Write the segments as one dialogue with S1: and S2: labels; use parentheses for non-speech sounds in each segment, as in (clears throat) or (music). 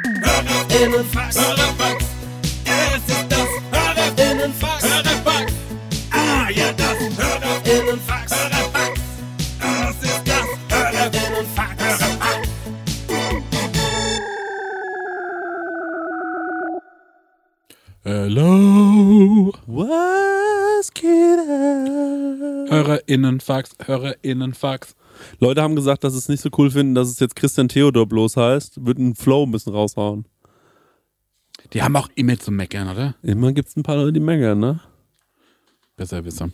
S1: Hörerinnenfax. Hörerfax. Es ist das Hörerinnenfax. Hörerfax. Ah, ja, das Hörerinnenfax. Hörerfax. Das ist das Hörerinnenfax. Hörerfax.
S2: Hello.
S3: Was geht ab?
S2: Hörerinnenfax, Hörerinnenfax.
S3: Leute haben gesagt, dass sie es nicht so cool finden, dass es jetzt Christian Theodor bloß heißt. Wird ein Flow ein bisschen raushauen.
S2: Die haben auch immer zu meckern, oder?
S3: Immer gibt's ein paar Leute, die meckern, ne?
S2: Besserwisser.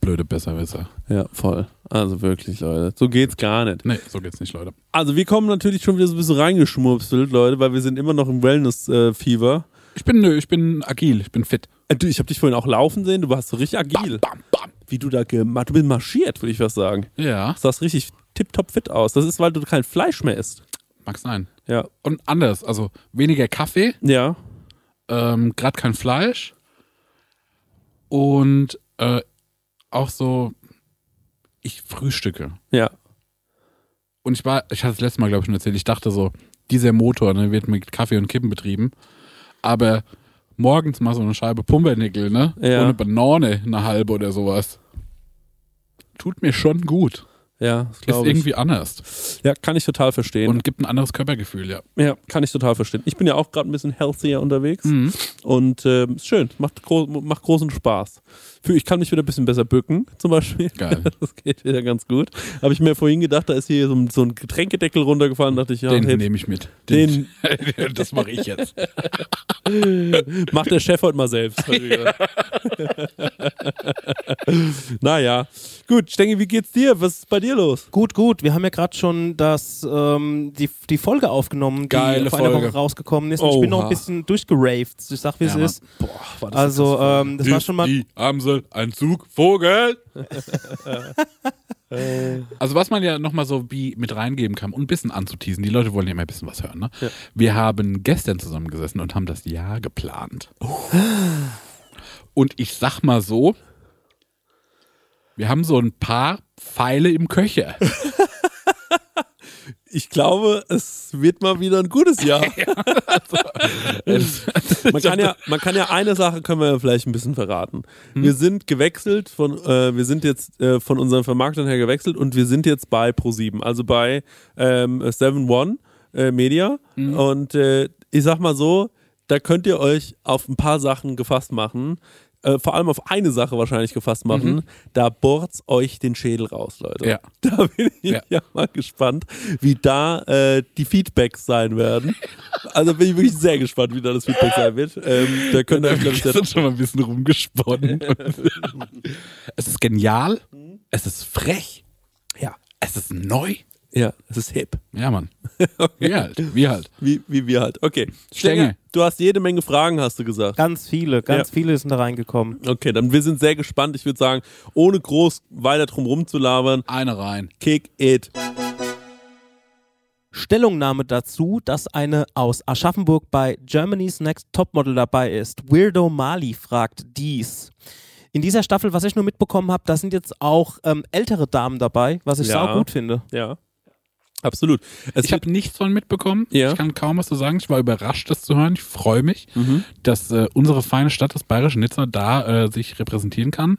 S2: Blöde Besserwisser.
S3: Ja, voll. Also wirklich, Leute. So geht's gar nicht.
S2: Nee, so geht's nicht, Leute.
S3: Also wir kommen natürlich schon wieder so ein bisschen reingeschmurpselt, Leute, weil wir sind immer noch im Wellness-Fever.
S2: Ich bin, nö, ich bin agil, ich bin fit.
S3: Äh, du, ich habe dich vorhin auch laufen sehen. Du warst so richtig agil.
S2: Bam, bam.
S3: Wie du da gemacht Du bist marschiert, würde ich fast sagen.
S2: Ja,
S3: Du sahst richtig tipptopp fit aus. Das ist, weil du kein Fleisch mehr isst.
S2: mag sein.
S3: Ja.
S2: Und anders, also weniger Kaffee,
S3: Ja.
S2: ähm, gerade kein Fleisch und äh, auch so, ich frühstücke.
S3: Ja.
S2: Und ich war, ich hatte das letzte Mal, glaube ich, schon erzählt, ich dachte so, dieser Motor ne, wird mit Kaffee und Kippen betrieben, aber morgens mal so eine Scheibe Pumpernickel, ne?
S3: Ja.
S2: Und eine Banane, eine halbe oder sowas. Tut mir schon gut.
S3: Ja, das
S2: Ist
S3: glaub ich. Genau.
S2: irgendwie anders.
S3: Ja, kann ich total verstehen.
S2: Und gibt ein anderes Körpergefühl, ja.
S3: ja, kann ich total verstehen. Ich bin ja auch gerade ein bisschen healthier unterwegs.
S2: Mhm.
S3: Und ähm, ist schön. Macht, gro macht großen Spaß. Für, ich kann mich wieder ein bisschen besser bücken, (laughs) zum Beispiel.
S2: Geil.
S3: Das geht wieder ganz gut. Habe ich mir vorhin gedacht, da ist hier so ein, so ein Getränkedeckel runtergefallen. Dachte ich, ja,
S2: Den
S3: hey,
S2: nehme ich mit.
S3: Den-
S2: (laughs) das mache ich
S3: (laughs)
S2: jetzt.
S3: Macht der Chef heute mal selbst. (laughs) naja, gut, Stengi, wie geht's dir? Was ist bei dir los?
S4: Gut, gut. Wir haben ja gerade schon das, ähm, die, die Folge aufgenommen, die
S2: Geile
S4: vor einer
S2: Folge.
S4: Woche rausgekommen ist. Und ich bin noch
S3: Oha.
S4: ein bisschen durchgeraved. Ich sag, wie
S2: Ja,
S4: es
S2: Mann.
S4: ist. also, ähm, das war schon mal.
S2: Die Amsel, ein
S4: (laughs)
S2: Zugvogel. also was man ja nochmal so wie mit reingeben kann und ein bisschen anzuteasen. Die Leute wollen ja immer ein bisschen was hören. Ne? Wir haben gestern zusammengesessen und haben das Jahr geplant.
S4: Oh.
S2: Und ich sag mal so, wir haben so ein paar Pfeile im
S4: (laughs)
S2: Köcher.
S3: Ich glaube, es wird mal wieder ein
S2: (laughs)
S3: gutes Jahr. (laughs) Man kann ja, man kann ja eine Sache können wir ja vielleicht ein bisschen verraten. Wir sind gewechselt von, äh, wir sind jetzt äh, von unseren Vermarktern her gewechselt und wir sind jetzt bei Pro7, also bei ähm, 7 One äh, Media. Und äh, ich sag mal so, da könnt ihr euch auf ein paar Sachen gefasst machen. Äh, vor allem auf eine Sache wahrscheinlich gefasst machen. Da bohrt's euch den Schädel raus, Leute.
S2: Ja.
S3: (laughs) Da bin ich
S2: Ja.
S3: ja, mal gespannt, wie da äh, die Feedbacks sein werden. Also bin ich wirklich sehr gespannt, wie da das Feedback sein wird. Ähm, da könnt ihr euch,
S2: Wir
S3: glaube
S2: (laughs)
S3: ich, sehr-
S2: sind schon mal ein bisschen
S4: (laughs)
S2: rumgesponnen. es ist genial.
S4: Hm?
S2: Es ist frech.
S3: ja.
S2: Es ist neu.
S3: Ja, es ist hip.
S2: Ja,
S3: (laughs)
S2: Mann. Wie halt. Wie halt.
S3: Wie, wie wir halt. Okay.
S2: Stenge.
S3: Stenge, du hast jede Menge Fragen, hast du gesagt.
S4: Ganz viele, ganz
S3: Ja.
S4: viele sind da reingekommen.
S3: Okay, dann wir sind sehr gespannt. Ich würde sagen, ohne groß weiter drum rumzulabern,
S2: Eine rein.
S3: kick it.
S4: Stellungnahme dazu, dass eine aus Aschaffenburg bei Germany's Next Topmodel dabei ist. Weirdo Mali fragt dies. In dieser Staffel, was ich nur mitbekommen habe, da sind jetzt auch ähm, ältere Damen dabei, was ich
S3: Ja.
S4: sau gut finde.
S3: Ja. Absolut. Es
S2: Ich habe nichts von mitbekommen.
S3: Ja.
S2: Ich kann kaum was zu sagen. Ich war überrascht, das zu hören. Ich freue mich,
S3: Mhm.
S2: dass äh, unsere feine Stadt, das bayerische Nizza, da äh, sich repräsentieren kann.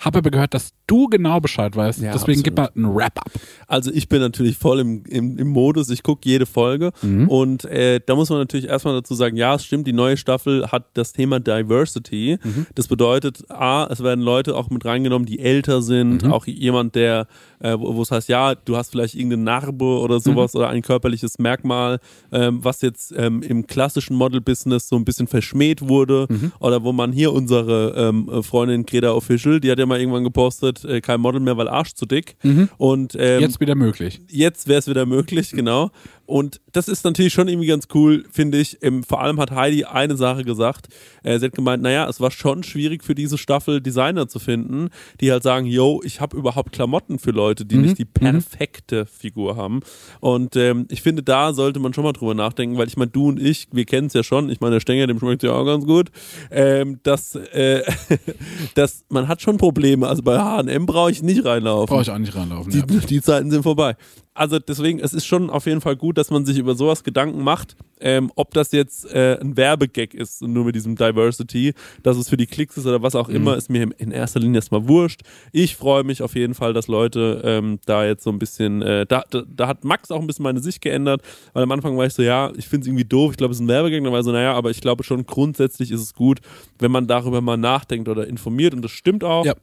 S2: Habe aber gehört, dass du genau Bescheid weißt.
S3: Mhm. Ja,
S2: Deswegen gib mal
S3: absolut.
S2: einen Wrap-up.
S3: Also ich bin natürlich voll im, im, im Modus, ich gucke jede Folge und äh, da muss man natürlich erstmal dazu sagen, ja, es stimmt, die neue Staffel hat das Thema Diversity. Das bedeutet, A, es werden Leute auch mit reingenommen, die älter sind, auch jemand, der, äh, wo wo es heißt, ja, du hast vielleicht irgendeine Narbe oder sowas oder ein körperliches Merkmal, ähm, was jetzt ähm, im klassischen Model-Business so ein bisschen verschmäht wurde oder wo man hier unsere ähm, äh, Freundin Greta Official, die hat ja mal irgendwann gepostet, äh, kein Model mehr, weil Arsch zu dick. Und ähm,
S2: Jetzt wieder möglich.
S3: jetzt wäre es wieder möglich, genau. Und das ist natürlich schon irgendwie ganz cool, finde ich. Ähm, vor allem hat Heidi eine Sache gesagt. Äh, sie hat gemeint, naja, es war schon schwierig für diese Staffel Designer zu finden, die halt sagen, yo, ich habe überhaupt Klamotten für Leute, die nicht die perfekte Figur haben. Und ähm, ich finde, da sollte man schon mal drüber nachdenken, weil ich meine, du und ich, wir kennen es ja schon. Ich meine, der Stenger, dem schmeckt ja auch ganz gut. Ähm, dass, äh, (laughs) dass man hat schon Probleme. Also bei H&M brauche ich nicht reinlaufen.
S2: Brauche ich auch nicht reinlaufen.
S3: (laughs) Die,
S2: ja.
S3: die Zeiten sind vorbei. also deswegen, es ist schon auf jeden Fall gut, dass man sich über sowas Gedanken macht, ähm, ob das jetzt äh, ein Werbegag ist, nur mit diesem Diversity, dass es für die Klicks ist oder was
S2: Mhm.
S3: auch immer, ist mir in erster Linie erstmal wurscht. Ich freue mich auf jeden Fall, dass Leute ähm, da jetzt so ein bisschen, äh, da, da, da hat Max auch ein bisschen meine Sicht geändert, weil am Anfang war ich so, ja, ich finde es irgendwie doof, ich glaube, es ist ein Werbegag, dann war ich so, naja, aber ich glaube schon grundsätzlich ist es gut, wenn man darüber mal nachdenkt oder informiert und das stimmt auch.
S2: Ja.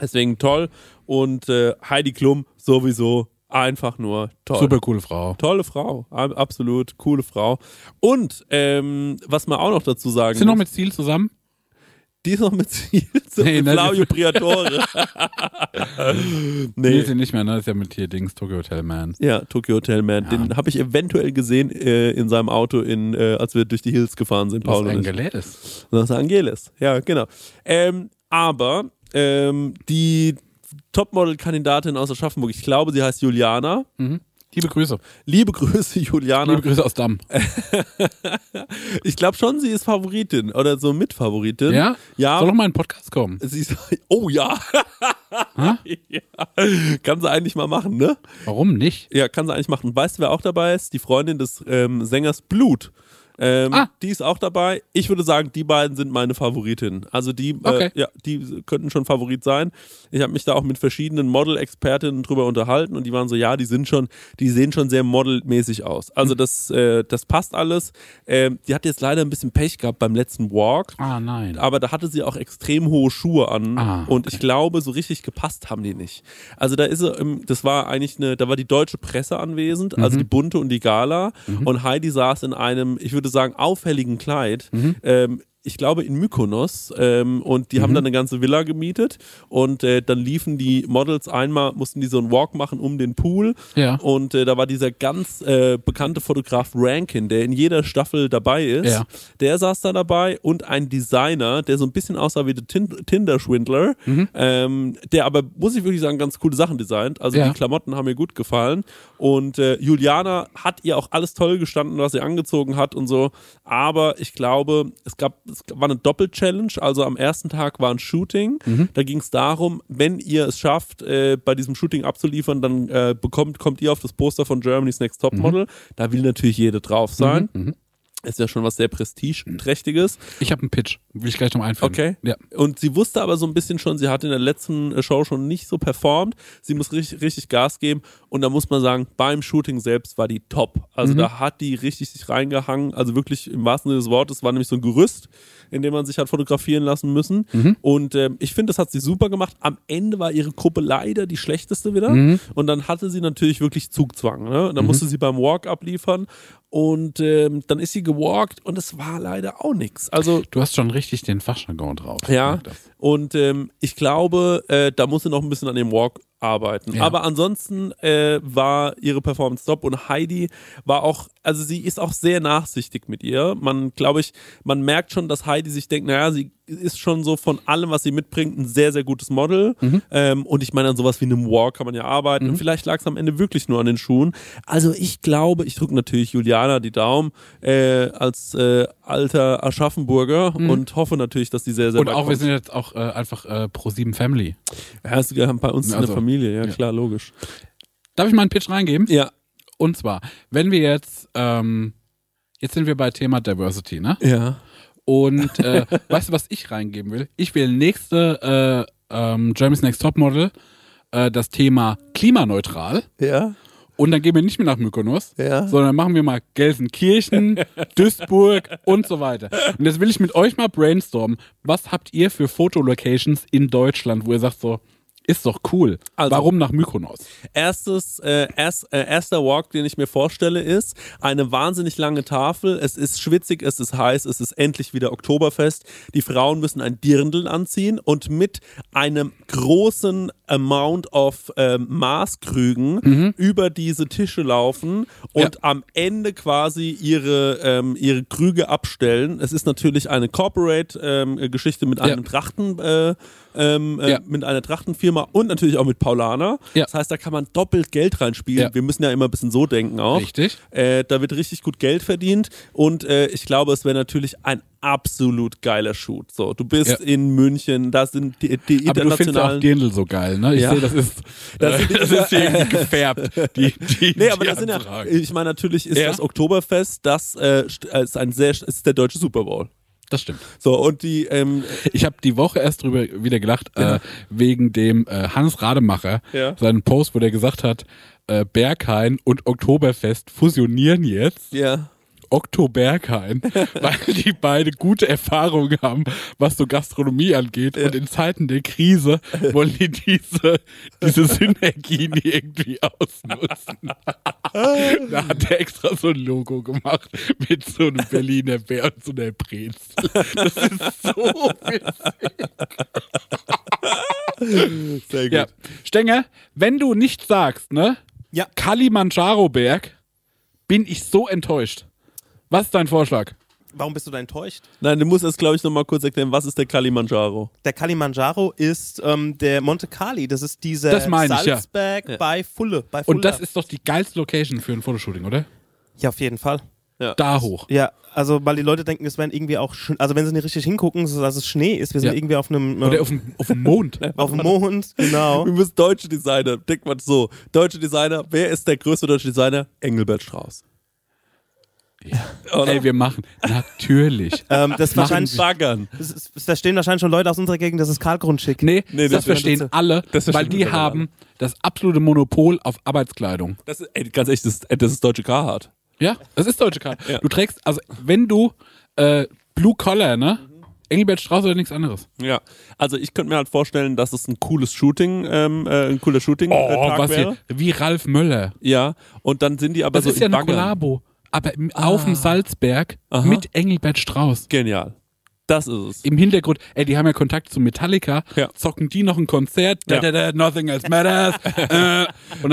S3: Deswegen toll. Und äh, Heidi Klum sowieso einfach nur toll.
S2: Super coole Frau.
S3: Tolle Frau, ab- absolut coole Frau. Und ähm, was man auch noch dazu sagen
S2: Sind Sie noch
S3: muss,
S2: mit Ziel zusammen?
S3: die ist noch
S2: (laughs)
S3: mit Ziel zu
S2: Nee, nein,
S3: Flavio
S2: (laughs)
S3: Priatore.
S2: Nee,
S3: nee.
S2: ist sie nicht mehr, ne? Ist ja mit hier Dings, Tokyo Hotel Man.
S3: Ja, Tokyo Hotel Man, den habe ich eventuell gesehen äh, in seinem Auto, in, äh, als wir durch die Hills gefahren sind.
S2: Los
S3: Paul und ich.
S2: Angeles.
S3: Los Angeles, ja, genau. Ähm, aber ähm, die Topmodel-Kandidatin aus Aschaffenburg, ich glaube, sie heißt Juliana.
S2: Liebe Grüße.
S3: Liebe Grüße, Juliana.
S2: Liebe Grüße aus
S3: (laughs)
S2: Damm.
S3: Ich glaube schon, sie ist Favoritin oder so Mitfavoritin.
S2: Ja?
S3: Ja.
S2: Soll doch mal in den Podcast kommen.
S3: Sie ist, (laughs) oh ja. (laughs) ja. Kann sie eigentlich mal machen, ne?
S2: Warum nicht?
S3: Ja, kann sie eigentlich machen. Weißt du, wer auch dabei ist? Die Freundin des ähm, Sängers Blut. Ähm,
S2: Ah.
S3: Die ist auch dabei. Ich würde sagen, die beiden sind meine Favoritinnen. Also die,
S2: Okay.
S3: äh, ja, die könnten schon Favorit sein. Ich habe mich da auch mit verschiedenen Model-Expertinnen drüber unterhalten und die waren so, ja, die sind schon, die sehen schon sehr modelmäßig aus.
S2: Mhm.
S3: Also das, äh, das passt alles. Ähm, die hat jetzt leider ein bisschen Pech gehabt beim letzten Walk.
S2: Ah, nein.
S3: Aber da hatte sie auch extrem hohe Schuhe an
S2: Ah,
S3: und ich glaube, so richtig gepasst haben die nicht. Also da ist sie im- das war eigentlich eine, da war die deutsche Presse anwesend,
S2: Mhm.
S3: also die Bunte und die Gala und Heidi saß in einem, ich würde sagen, auffälligen Kleid.
S2: Mhm.
S3: Ähm, ich glaube in Mykonos ähm, und die haben dann eine ganze Villa gemietet und äh, dann liefen die Models einmal, mussten die so einen Walk machen um den Pool
S2: Ja.
S3: und äh, da war dieser ganz äh, bekannte Fotograf Rankin, der in jeder Staffel dabei ist.
S2: Ja.
S3: Der saß da dabei und ein Designer, der so ein bisschen aussah wie der Tin- Tinder-Schwindler, ähm, der aber, muss ich wirklich sagen, ganz coole Sachen designt. Also
S2: Ja.
S3: die Klamotten haben mir gut gefallen. Und äh, Juliana hat ihr auch alles toll gestanden, was sie angezogen hat und so. Aber ich glaube, es gab, es war eine Doppel-Challenge. Also am ersten Tag war ein Shooting. Da ging es darum, wenn ihr es schafft, äh, bei diesem Shooting abzuliefern, dann äh, bekommt, kommt ihr auf das Poster von Germany's Next Topmodel. Da will natürlich jede drauf sein. Ist ja schon was sehr prestigeträchtiges.
S2: Ich habe einen Pitch. Will ich gleich noch einführen.
S3: Okay.
S2: Ja.
S3: Und sie wusste aber so ein bisschen schon, sie hat in der letzten äh, Show schon nicht so performt. Sie muss richtig, richtig Gas geben. Und da muss man sagen, beim Shooting selbst war die top. Also da hat die richtig sich reingehangen. Also wirklich im wahrsten Sinne des Wortes war nämlich so ein Gerüst, in dem man sich hat fotografieren lassen müssen. Und ähm, ich finde, das hat sie super gemacht. Am Ende war ihre Gruppe leider die schlechteste wieder. Und dann hatte sie natürlich wirklich Zugzwang. Ne? Und dann musste sie beim Walk abliefern. Und ähm, dann ist sie gewalkt und es war leider auch nichts. Also
S2: Du hast schon richtig den Fachjargon drauf.
S3: ja,
S2: Ich merk das.
S3: und ähm, ich glaube, äh, da muss sie noch ein bisschen an dem Walk arbeiten.
S2: Ja.
S3: Aber ansonsten äh, war ihre Performance top und Heidi war auch, also sie ist auch sehr nachsichtig mit ihr. Man, glaube ich, man merkt schon, dass Heidi sich denkt, naja, sie ist schon so von allem, was sie mitbringt, ein sehr, sehr gutes Model.
S2: Mhm.
S3: Ähm, und ich meine, an sowas wie einem Walk kann man ja arbeiten. Und vielleicht lag es am Ende wirklich nur an den Schuhen. Also ich glaube, ich drücke natürlich Juliana die Daumen äh, als äh, alter Aschaffenburger und hoffe natürlich, dass die sehr, sehr
S2: Mhm. Und
S3: weit
S2: auch, wir
S3: kommt.
S2: sind jetzt auch äh, einfach äh, pro 7 Family.
S3: Ja, ist ja bei uns in
S2: Also,
S3: der Familie, ja,
S2: ja.
S3: klar, logisch.
S2: Darf ich mal einen Pitch reingeben?
S3: Ja,
S2: Und zwar, wenn wir jetzt, ähm, jetzt sind wir bei Thema Diversity, ne?
S3: ja.
S2: Und
S3: (laughs)
S2: äh, weißt du, was ich reingeben will? Ich will nächste äh, ähm, Germany's Next Topmodel äh, das Thema klimaneutral.
S3: Ja,
S2: Und dann gehen wir nicht mehr nach Mykonos,
S3: Ja.
S2: sondern machen wir mal
S3: (laughs)
S2: Gelsenkirchen, Duisburg und so weiter. Und jetzt will ich mit euch mal brainstormen. Was habt ihr für Fotolocations in Deutschland, wo ihr sagt so, ist doch cool.
S3: Also-
S2: Warum nach Mykonos?
S3: erstes, äh, erst, äh, erster Walk, den ich mir vorstelle, ist eine wahnsinnig lange Tafel. Es ist schwitzig, es ist heiß, es ist endlich wieder Oktoberfest. Die Frauen müssen ein Dirndl anziehen und mit einem großen Amount of ähm, Maßkrügen
S2: Mhm.
S3: über diese Tische laufen und am Ende quasi ihre, ähm, ihre Krüge abstellen. Es ist natürlich eine Corporate-Geschichte mit einem Trachten. Äh, ähm, äh,
S2: Ja.
S3: mit einer Trachtenfirma Firma und natürlich auch mit Paulana.
S2: Ja.
S3: Das heißt, da kann man doppelt Geld reinspielen.
S2: Ja.
S3: Wir müssen ja immer ein bisschen so denken auch.
S2: Richtig.
S3: Äh, da wird richtig gut Geld verdient und äh, ich glaube, es wäre natürlich ein absolut geiler Shoot. So, du bist
S2: Ja.
S3: in München, da sind die, die
S2: Aber du findest auch
S3: internationalen.
S2: Dirndl so geil, ne? Ich
S3: Ja.
S2: sehe, das ist,
S3: Das
S2: das,
S3: sind
S2: (laughs)
S3: die-
S2: das ist hier irgendwie gefärbt. Die, die,
S3: Nee, aber
S2: die
S3: das sind ja,
S2: Anfragen.
S3: ich meine, natürlich ist
S2: Ja.
S3: das Oktoberfest, das äh, st- äh, ist ein sehr, ist der deutsche Super Bowl.
S2: Das stimmt.
S3: So, und die, ähm,
S2: Ich habe die Woche erst drüber wieder gelacht, äh, wegen dem äh, Hans Rademacher,
S3: Ja.
S2: seinen Post, wo der gesagt hat, äh, Berghain und Oktoberfest fusionieren jetzt.
S3: ja.
S2: Oktoberghain, weil die beide gute Erfahrungen haben, was so Gastronomie angeht. Und in Zeiten der Krise wollen die diese, diese Synergien irgendwie ausnutzen. da hat er extra so ein Logo gemacht mit so einem Berliner Bär und so einer Brezel. Das ist so witzig.
S3: Sehr gut.
S2: Ja. Stenger, wenn du nicht sagst, ne?
S4: Ja.
S2: Kalimandscharo-Berg, bin ich so enttäuscht. Was ist dein Vorschlag?
S4: Warum bist du da enttäuscht?
S3: Nein, du musst das, glaube ich, nochmal kurz erklären. Was ist der Kalimanjaro?
S4: Der Kilimanjaro ist ähm, der Monte Cali. Das ist dieser
S2: Das meine ich, ja.
S4: Salzberg bei Fulle. Bei Fulda.
S2: Und das ist doch die geilste Location für ein Fotoshooting, oder?
S4: ja auf jeden Fall.
S2: Da hoch.
S4: Ja, also weil die Leute denken, es wären irgendwie auch schön. Also wenn sie nicht richtig hingucken, so dass es Schnee ist, wir sind
S2: Ja.
S4: irgendwie auf einem
S2: Oder
S4: äh,
S2: auf dem, auf dem Mond.
S4: auf dem
S2: (laughs)
S4: Mond, genau.
S3: Wir müssen deutsche Designer, denkt man so. Deutsche Designer, wer ist der größte deutsche Designer? Engelbert Strauß.
S2: Ey, wir machen. Natürlich.
S4: ähm, das ist wahrscheinlich,
S3: Baggern.
S4: das ist, da stehen wahrscheinlich schon Leute aus unserer Gegend, das ist Karl Grundschick.
S2: Nee,
S3: Nee,
S2: das
S3: das
S2: verstehen
S4: verstehen-
S2: alle,
S3: das verstehen
S2: weil die
S3: alle.
S2: haben das absolute Monopol auf Arbeitskleidung.
S3: Das ist, ey, ganz ehrlich, das, ist- das ist deutsche Carhartt.
S2: Ja, das ist deutsche Karte.
S3: Ja.
S2: Du trägst, also wenn du äh, Blue Collar, ne? Engelbert Strauß oder nichts anderes.
S3: Ja. Also ich könnte mir halt vorstellen, dass es ein cooles Shooting, ähm, äh, ein cooler Shooting äh, Tag
S2: Oh, was
S3: wäre.
S2: hier? Wie Ralf Möller.
S3: Ja. Und dann sind die aber
S2: Das
S3: so
S2: ist
S3: Also in
S2: ja eine
S3: Baggern. Ah.
S2: Kollabo. Aber im, auf dem Salzberg mit Engelbert Strauß.
S3: Genial. Das ist es.
S2: im Hintergrund, ey, die haben ja Kontakt zu Metallica,
S3: Ja.
S2: zocken die noch ein Konzert, da,
S3: Ja.
S2: da, da, nothing else matters. äh, und dann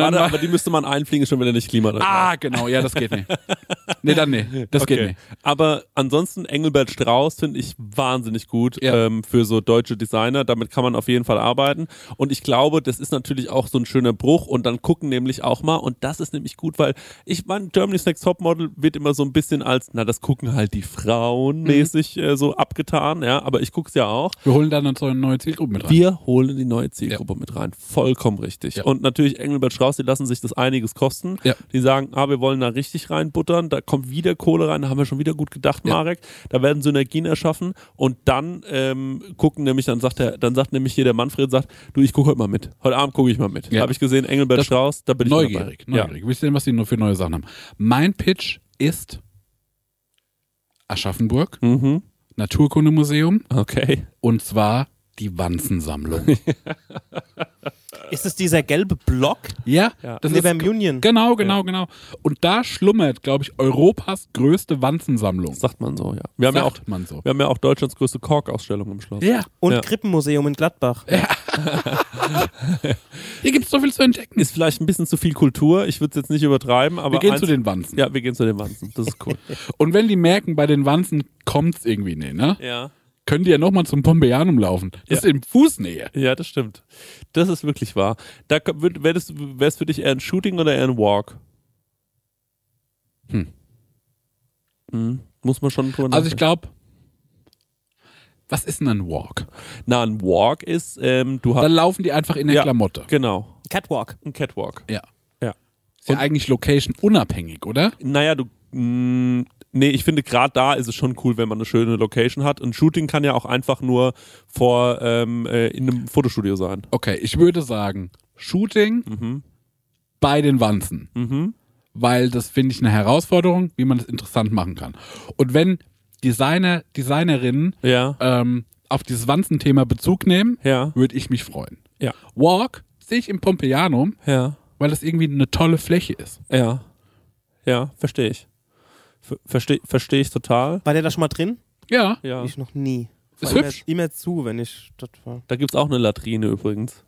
S3: Warte,
S2: war-
S3: aber die müsste man einfliegen, schon wenn er nicht Klima
S2: ah, genau, ja, das geht nicht. Nee, dann nee, das geht nicht.
S3: Aber ansonsten Engelbert Strauß finde ich wahnsinnig gut
S2: Ja.
S3: ähm, für so deutsche Designer. Damit kann man auf jeden Fall arbeiten. Und ich glaube, das ist natürlich auch so ein schöner Bruch. Und dann gucken nämlich auch mal. Und das ist nämlich gut, weil ich meine, Germany's Next Topmodel wird immer so ein bisschen als, na, das gucken halt die
S2: Mhm.
S3: Frauen mäßig äh, so abgetan. Ja, aber ich gucke es ja auch.
S2: Wir holen dann so eine neue Zielgruppe mit rein.
S3: Wir holen die neue Zielgruppe mit rein. Vollkommen richtig.
S2: Ja.
S3: Und natürlich Engelbert Strauß, die lassen sich das einiges kosten.
S2: Ja.
S3: Die sagen, ah, wir wollen da richtig reinbuttern, da kommt wieder Kohle rein, da haben wir schon wieder gut gedacht, Marek. Da werden Synergien erschaffen und dann ähm, gucken nämlich, dann sagt er, dann sagt nämlich hier der Manfred, sagt, du, ich gucke heute mal mit. Heute Abend gucke ich mal mit.
S2: Ja.
S3: Habe ich gesehen, Engelbert
S2: Das-
S3: Strauß, da bin ich
S2: neugierig,
S3: mal dabei.
S2: neugierig. Wisst ihr, was die nur für neue Sachen haben? Mein Pitch ist Aschaffenburg,
S3: Ja. Mhm.
S2: Naturkundemuseum
S3: Okay.
S2: und zwar die Wanzensammlung.
S4: Ist es dieser gelbe Block
S2: ja,
S3: Ja.
S2: das
S4: neben
S2: ist
S4: dem Union?
S2: genau, genau, genau. Und da schlummert, glaube ich, Europas größte Wanzensammlung.
S3: Sagt man so, ja. Wir haben ja auch,
S2: Sagt man so.
S3: wir haben ja auch Deutschlands größte Kork-Ausstellung im Schloss.
S2: Ja.
S4: Und
S3: Ja.
S4: Krippenmuseum in Gladbach.
S2: Hier gibt's so viel zu entdecken.
S3: Ist vielleicht ein bisschen zu viel Kultur, ich würde es jetzt nicht übertreiben, aber
S2: Wir gehen
S3: eins-
S2: zu den Wanzen.
S3: Ja, wir gehen zu den Wanzen. Das ist cool.
S2: Und wenn die merken, bei den Wanzen kommt's irgendwie nicht, ne?
S3: ja.
S2: Können die ja nochmal zum Pompeianum laufen. Das ist in Fußnähe.
S3: Ja, das stimmt. Das ist wirklich wahr. Da wäre es für dich eher ein Shooting oder eher ein Walk?
S2: Hm.
S3: Hm, Muss man schon drüber
S2: Also ich
S3: nachdenken.
S2: glaube, was ist denn ein Walk?
S3: Na, ein Walk ist, ähm, du
S2: Da
S3: hast.
S2: laufen die einfach in der
S3: Ja.
S2: Klamotte.
S3: Genau.
S4: Catwalk.
S3: Ein Catwalk.
S2: Ja.
S3: Ja.
S2: Ist ja eigentlich location unabhängig, oder?
S3: Naja, du. Mh, nee, ich finde, gerade da ist es schon cool, wenn man eine schöne Location hat. Ein Shooting kann ja auch einfach nur vor ähm, äh, in einem Fotostudio sein.
S2: Okay, ich würde sagen, Shooting
S3: Mhm.
S2: bei den Wanzen. Weil das finde ich eine Herausforderung, wie man das interessant machen kann. Und wenn Designer, Designerinnen
S3: Ja.
S2: ähm, auf dieses Wanzenthema Bezug nehmen,
S3: Ja.
S2: würde ich mich freuen.
S3: Ja.
S2: Walk sehe ich im Pompeianum,
S3: Ja.
S2: weil das irgendwie eine tolle Fläche ist.
S3: Ja. Ja, verstehe ich. Verstehe versteh ich total.
S4: War der da schon mal drin?
S2: Ja.
S3: Ja.
S4: Ich noch nie.
S2: Ist
S4: immer,
S2: hübsch.
S4: immer zu, wenn ich dort war.
S3: Da gibt es auch eine Latrine übrigens.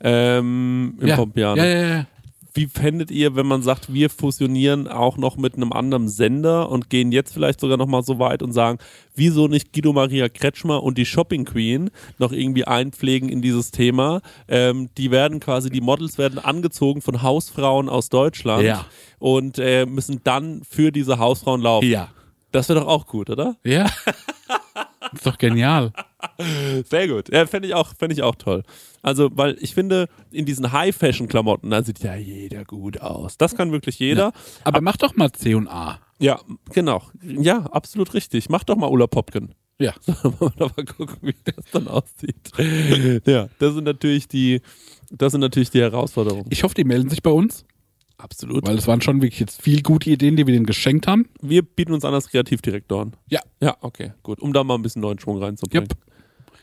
S3: Ähm, Im
S2: ja.
S3: Pompeiano.
S2: Ja, ja, ja.
S3: wie fändet ihr, wenn man sagt, wir fusionieren auch noch mit einem anderen Sender und gehen jetzt vielleicht sogar noch mal so weit und sagen, wieso nicht Guido Maria Kretschmer und die Shopping Queen noch irgendwie einpflegen in dieses Thema? Ähm, die werden quasi, die Models werden angezogen von Hausfrauen aus Deutschland
S2: Ja.
S3: und äh, müssen dann für diese Hausfrauen laufen.
S2: Ja.
S3: Das wäre doch auch gut, oder?
S2: Ja.
S3: (laughs)
S2: ist doch genial.
S3: Sehr gut. Ja, fände ich, auch- fänd ich auch toll. Also, weil ich finde, in diesen High-Fashion-Klamotten, da sieht ja jeder gut aus. Das kann wirklich jeder.
S2: Aber mach doch mal C und A.
S3: Ja, genau. Ja, absolut richtig. Mach doch mal Ulla Popken.
S2: Ja.
S3: (laughs) Wollen wir mal gucken, wie das dann aussieht. (laughs) Ja, das sind natürlich die, das sind natürlich die Herausforderungen.
S2: Ich hoffe, die melden sich bei uns,
S3: Absolut.
S2: weil es waren schon wirklich jetzt viel gute Ideen, die wir denen geschenkt haben.
S3: Wir bieten uns an als Kreativdirektoren.
S2: Ja.
S3: Ja, okay, gut. Um da mal ein bisschen neuen Schwung reinzubringen.
S2: Yep.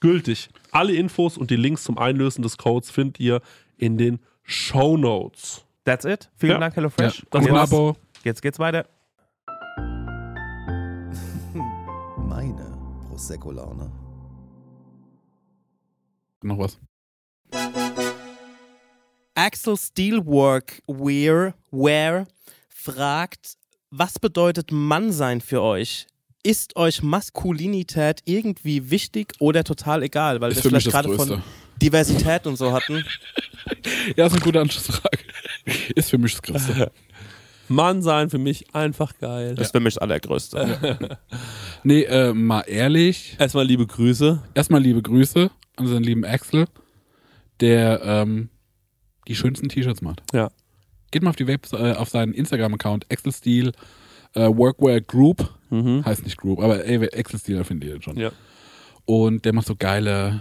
S3: gültig. Alle Infos und die Links zum Einlösen des Codes findet ihr in den Show Notes.
S5: That's it. Vielen
S3: Ja.
S5: Dank, HelloFresh.
S2: Ja, das
S5: Jetzt-
S2: war ein Abo.
S5: Jetzt geht's weiter.
S1: Meine Prosecco-Laune.
S2: Noch was.
S5: Axel Steelwork Wear, Wear fragt, was bedeutet Mannsein für euch? Ist euch Maskulinität irgendwie wichtig oder total egal? Weil
S2: Ist
S5: wir
S2: für mich
S5: vielleicht
S2: das
S5: gerade von
S2: Größte.
S5: Diversität und so hatten.
S2: (laughs) Ja, ist eine gute Anschlussfrage. Ist für mich das Größte.
S3: Mann sein für mich einfach geil.
S6: Das ist für mich das Allergrößte.
S2: Nee, äh, mal ehrlich.
S3: Erstmal liebe Grüße.
S2: Erstmal liebe Grüße an unseren lieben Axel, der ähm, die schönsten T-Shirts macht.
S3: Ja.
S2: Geht mal auf die Web äh, auf seinen Instagram-Account, Axel Steel äh, Workwear Group.
S3: Mhm.
S2: Heißt nicht Group, aber ey, Axel Steel, da findet ihr den schon.
S3: Hm. Ja.
S2: Und der macht so geile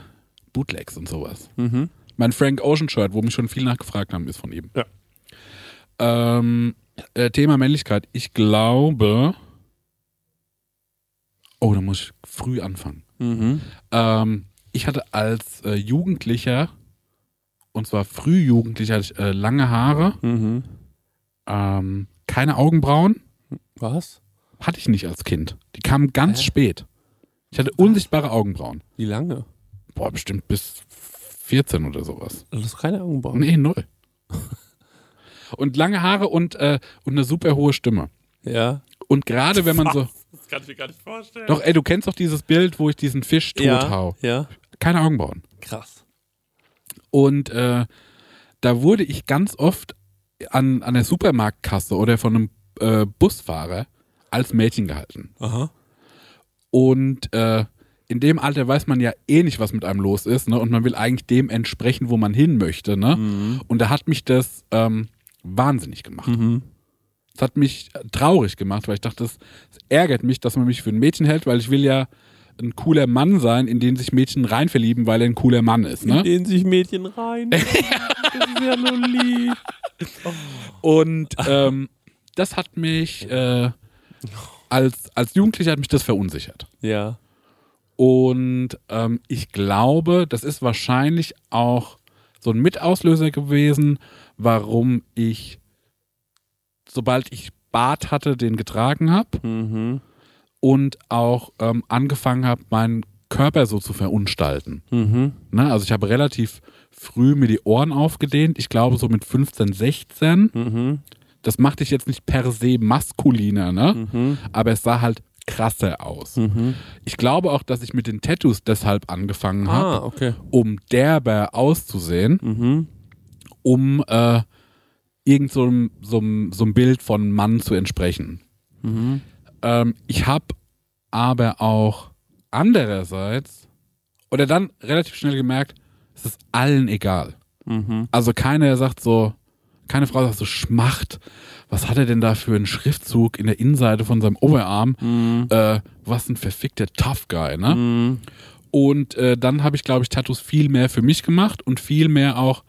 S2: Bootlegs und sowas.
S3: Mhm.
S2: Mein Frank Ocean Shirt, wo mich schon viel nachgefragt haben, ist von ihm.
S3: Ja.
S2: Ähm, äh, Thema Männlichkeit. Ich glaube. Oh, da muss ich früh anfangen.
S3: Mhm.
S2: Ähm, ich hatte als äh, Jugendlicher, und zwar Frühjugendlicher, hatte ich äh, lange Haare,
S3: Mhm.
S2: ähm, keine Augenbrauen.
S3: Was?
S2: Hatte ich nicht als Kind. Die kamen ganz spät. Ich hatte unsichtbare Augenbrauen.
S3: Wie lange?
S2: Boah, bestimmt bis 14 oder sowas.
S3: Das ist keine Augenbrauen.
S2: Nee, null. und lange Haare und, äh, und eine super hohe Stimme.
S3: Ja.
S2: Und gerade wenn man so.
S3: Das kann ich mir gar nicht vorstellen.
S2: Doch, ey, du kennst doch dieses Bild, wo ich diesen Fisch tot
S3: ja,
S2: hau.
S3: ja.
S2: Keine Augenbrauen.
S3: Krass.
S2: Und äh, da wurde ich ganz oft an, an der Supermarktkasse oder von einem äh, Busfahrer als Mädchen gehalten.
S3: Aha.
S2: Und äh, in dem Alter weiß man ja eh nicht, was mit einem los ist, ne? Und man will eigentlich dem entsprechen, wo man hin möchte, ne?
S3: Mhm.
S2: Und da hat mich das ähm, wahnsinnig gemacht.
S3: Mhm.
S2: Das hat mich äh, traurig gemacht, weil ich dachte, es es ärgert mich, dass man mich für ein Mädchen hält, weil ich will ja ein cooler Mann sein, in den sich Mädchen reinverlieben, weil er ein cooler Mann ist, ne?
S3: In den sich Mädchen
S2: (laughs)
S3: rein. das ist ja nur lieb.
S2: Und ähm, das hat mich äh, als, als Jugendlicher hat mich das verunsichert.
S3: Ja.
S2: Und ähm, ich glaube, das ist wahrscheinlich auch so ein Mitauslöser gewesen, warum ich, sobald ich Bart hatte, den getragen habe
S3: Mhm.
S2: und auch ähm, angefangen habe, meinen Körper so zu verunstalten.
S3: Mhm.
S2: Ne? Also ich habe relativ früh mir die Ohren aufgedehnt. Ich glaube so mit 15, 16.
S3: Mhm.
S2: Das macht dich jetzt nicht per se maskuliner, ne?
S3: Mhm.
S2: aber es sah halt krasser aus.
S3: Mhm.
S2: Ich glaube auch, dass ich mit den Tattoos deshalb angefangen habe,
S3: Ah, okay.
S2: um derber auszusehen,
S3: Mhm.
S2: um äh, irgend so, einem- so, einem- so einem Bild von Mann zu entsprechen.
S3: Mhm.
S2: Ähm, ich habe aber auch andererseits oder dann relativ schnell gemerkt, es ist allen egal.
S3: Mhm.
S2: Also keiner sagt so, keine Frau sagt so, Schmacht, was hat er denn da für einen Schriftzug in der Innenseite von seinem Oberarm? Äh, was ein verfickter Tough Guy, ne?
S3: Mhm.
S2: Und äh, dann habe ich, glaube ich, Tattoos viel mehr für mich gemacht und viel mehr auch,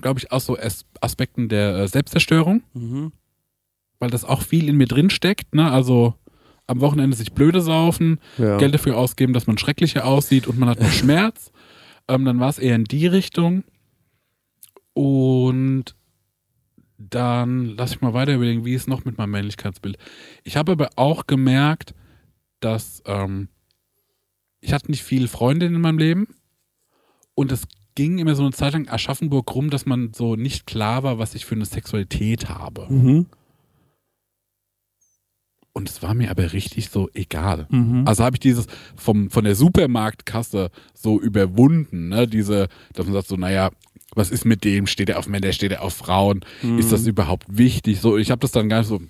S2: glaube ich, aus so As Aspekten der äh, Selbstzerstörung,
S3: Mhm.
S2: weil das auch viel in mir drin steckt. Ne? Also am Wochenende sich blöde saufen,
S3: Ja.
S2: Geld dafür ausgeben, dass man schrecklicher aussieht und man hat noch Schmerz. Ähm, dann war es eher in die Richtung. Und dann lass ich mal weiter überlegen, wie ist noch mit meinem Männlichkeitsbild. Ich habe aber auch gemerkt, dass ähm, ich hatte nicht viele Freundinnen in meinem Leben und es ging immer so eine Zeit lang Aschaffenburg rum, dass man so nicht klar war, was ich für eine Sexualität habe.
S3: Mhm.
S2: Und es war mir aber richtig so egal.
S3: Mhm.
S2: Also habe ich dieses vom, von der Supermarktkasse so überwunden, ne? Diese, dass man sagt so, naja, was ist mit dem? Steht er auf Männer, steht er auf Frauen? Ist das überhaupt wichtig? So, ich habe das dann gar nicht so,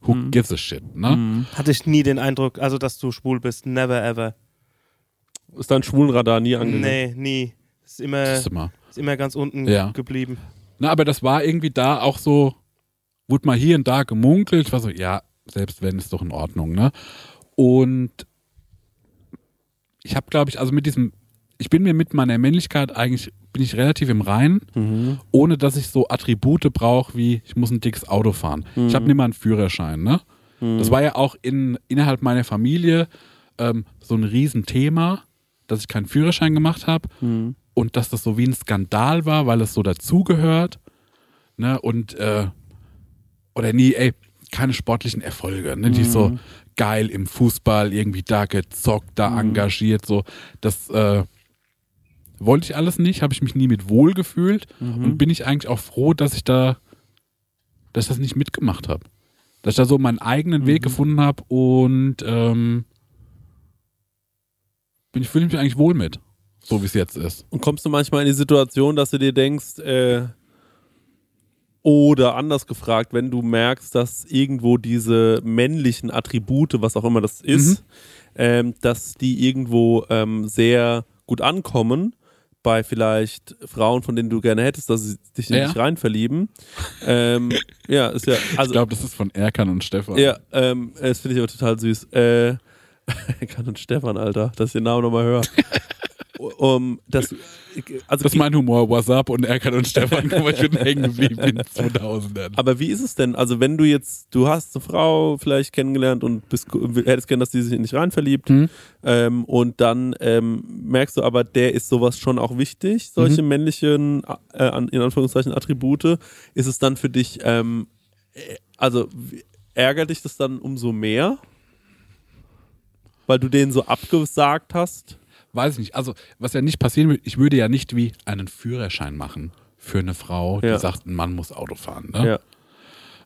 S2: who gives a shit, ne?
S4: Hatte ich nie den Eindruck, also dass du schwul bist. Never ever.
S3: Ist dein Schwulenradar nie angegangen?
S4: Nee, nie. Ist immer,
S2: Siehst du mal.
S4: ist immer ganz unten
S2: Ja.
S4: geblieben.
S2: Na, Ne, aber das war irgendwie da auch so, wurde mal hier und da gemunkelt, war so, ja, selbst wenn, ist doch in Ordnung, ne? Und ich habe, glaube ich, also mit diesem, ich bin mir mit meiner Männlichkeit eigentlich, bin ich relativ im Reinen, ohne dass ich so Attribute brauche, wie ich muss ein dickes Auto fahren. Ich habe nicht mal einen Führerschein, ne? Das war ja auch in, innerhalb meiner Familie ähm, so ein Riesenthema, dass ich keinen Führerschein gemacht habe und dass das so wie ein Skandal war, weil es so dazugehört. Ne? Und äh, oder nie, ey, keine sportlichen Erfolge, ne? die so geil im Fußball irgendwie da gezockt, da engagiert, so das äh, wollte ich alles nicht, habe ich mich nie mit wohl gefühlt
S3: Mhm.
S2: und bin ich eigentlich auch froh, dass ich da, dass ich das nicht mitgemacht habe, dass ich da so meinen eigenen Weg gefunden habe und ähm, bin ich fühle mich eigentlich wohl mit, so wie es jetzt ist.
S3: Und kommst du manchmal in die Situation, dass du dir denkst, äh, Oder anders gefragt, wenn du merkst, dass irgendwo diese männlichen Attribute, was auch immer das ist, ähm, dass die irgendwo ähm, sehr gut ankommen bei vielleicht Frauen, von denen du gerne hättest, dass sie dich in
S2: Ja.
S3: dich rein verlieben. ähm, ja, ist ja,
S2: Ich
S3: also
S2: glaube, das ist von Erkan und Stefan.
S3: ja, ähm, das finde ich aber total süß. Äh, (laughs) Kann und Stefan, Alter, dass ich den Namen nochmal
S2: (laughs)
S3: höre. um, das, also,
S2: Das ist mein Humor. WhatsApp und Erkan und Stefan. Guck mal, ich bin hängen geblieben in den
S3: (laughs)
S2: 2000ern.
S3: aber wie ist es denn? Also, wenn du jetzt, du hast eine Frau vielleicht kennengelernt und bist, hättest gern, dass die sich in dich rein verliebt. Ähm, und dann ähm, merkst du aber, der ist sowas schon auch wichtig, solche männlichen, äh, an- in Anführungszeichen, Attribute. Ist es dann für dich, ähm, äh, also w- ärgert dich das dann umso mehr? Weil du den so abgesagt hast?
S2: Weiß ich nicht. Also, was ja nicht passieren würde, ich würde ja nicht wie einen Führerschein machen für eine Frau, die
S3: Ja.
S2: sagt, ein Mann muss Auto fahren. Ne?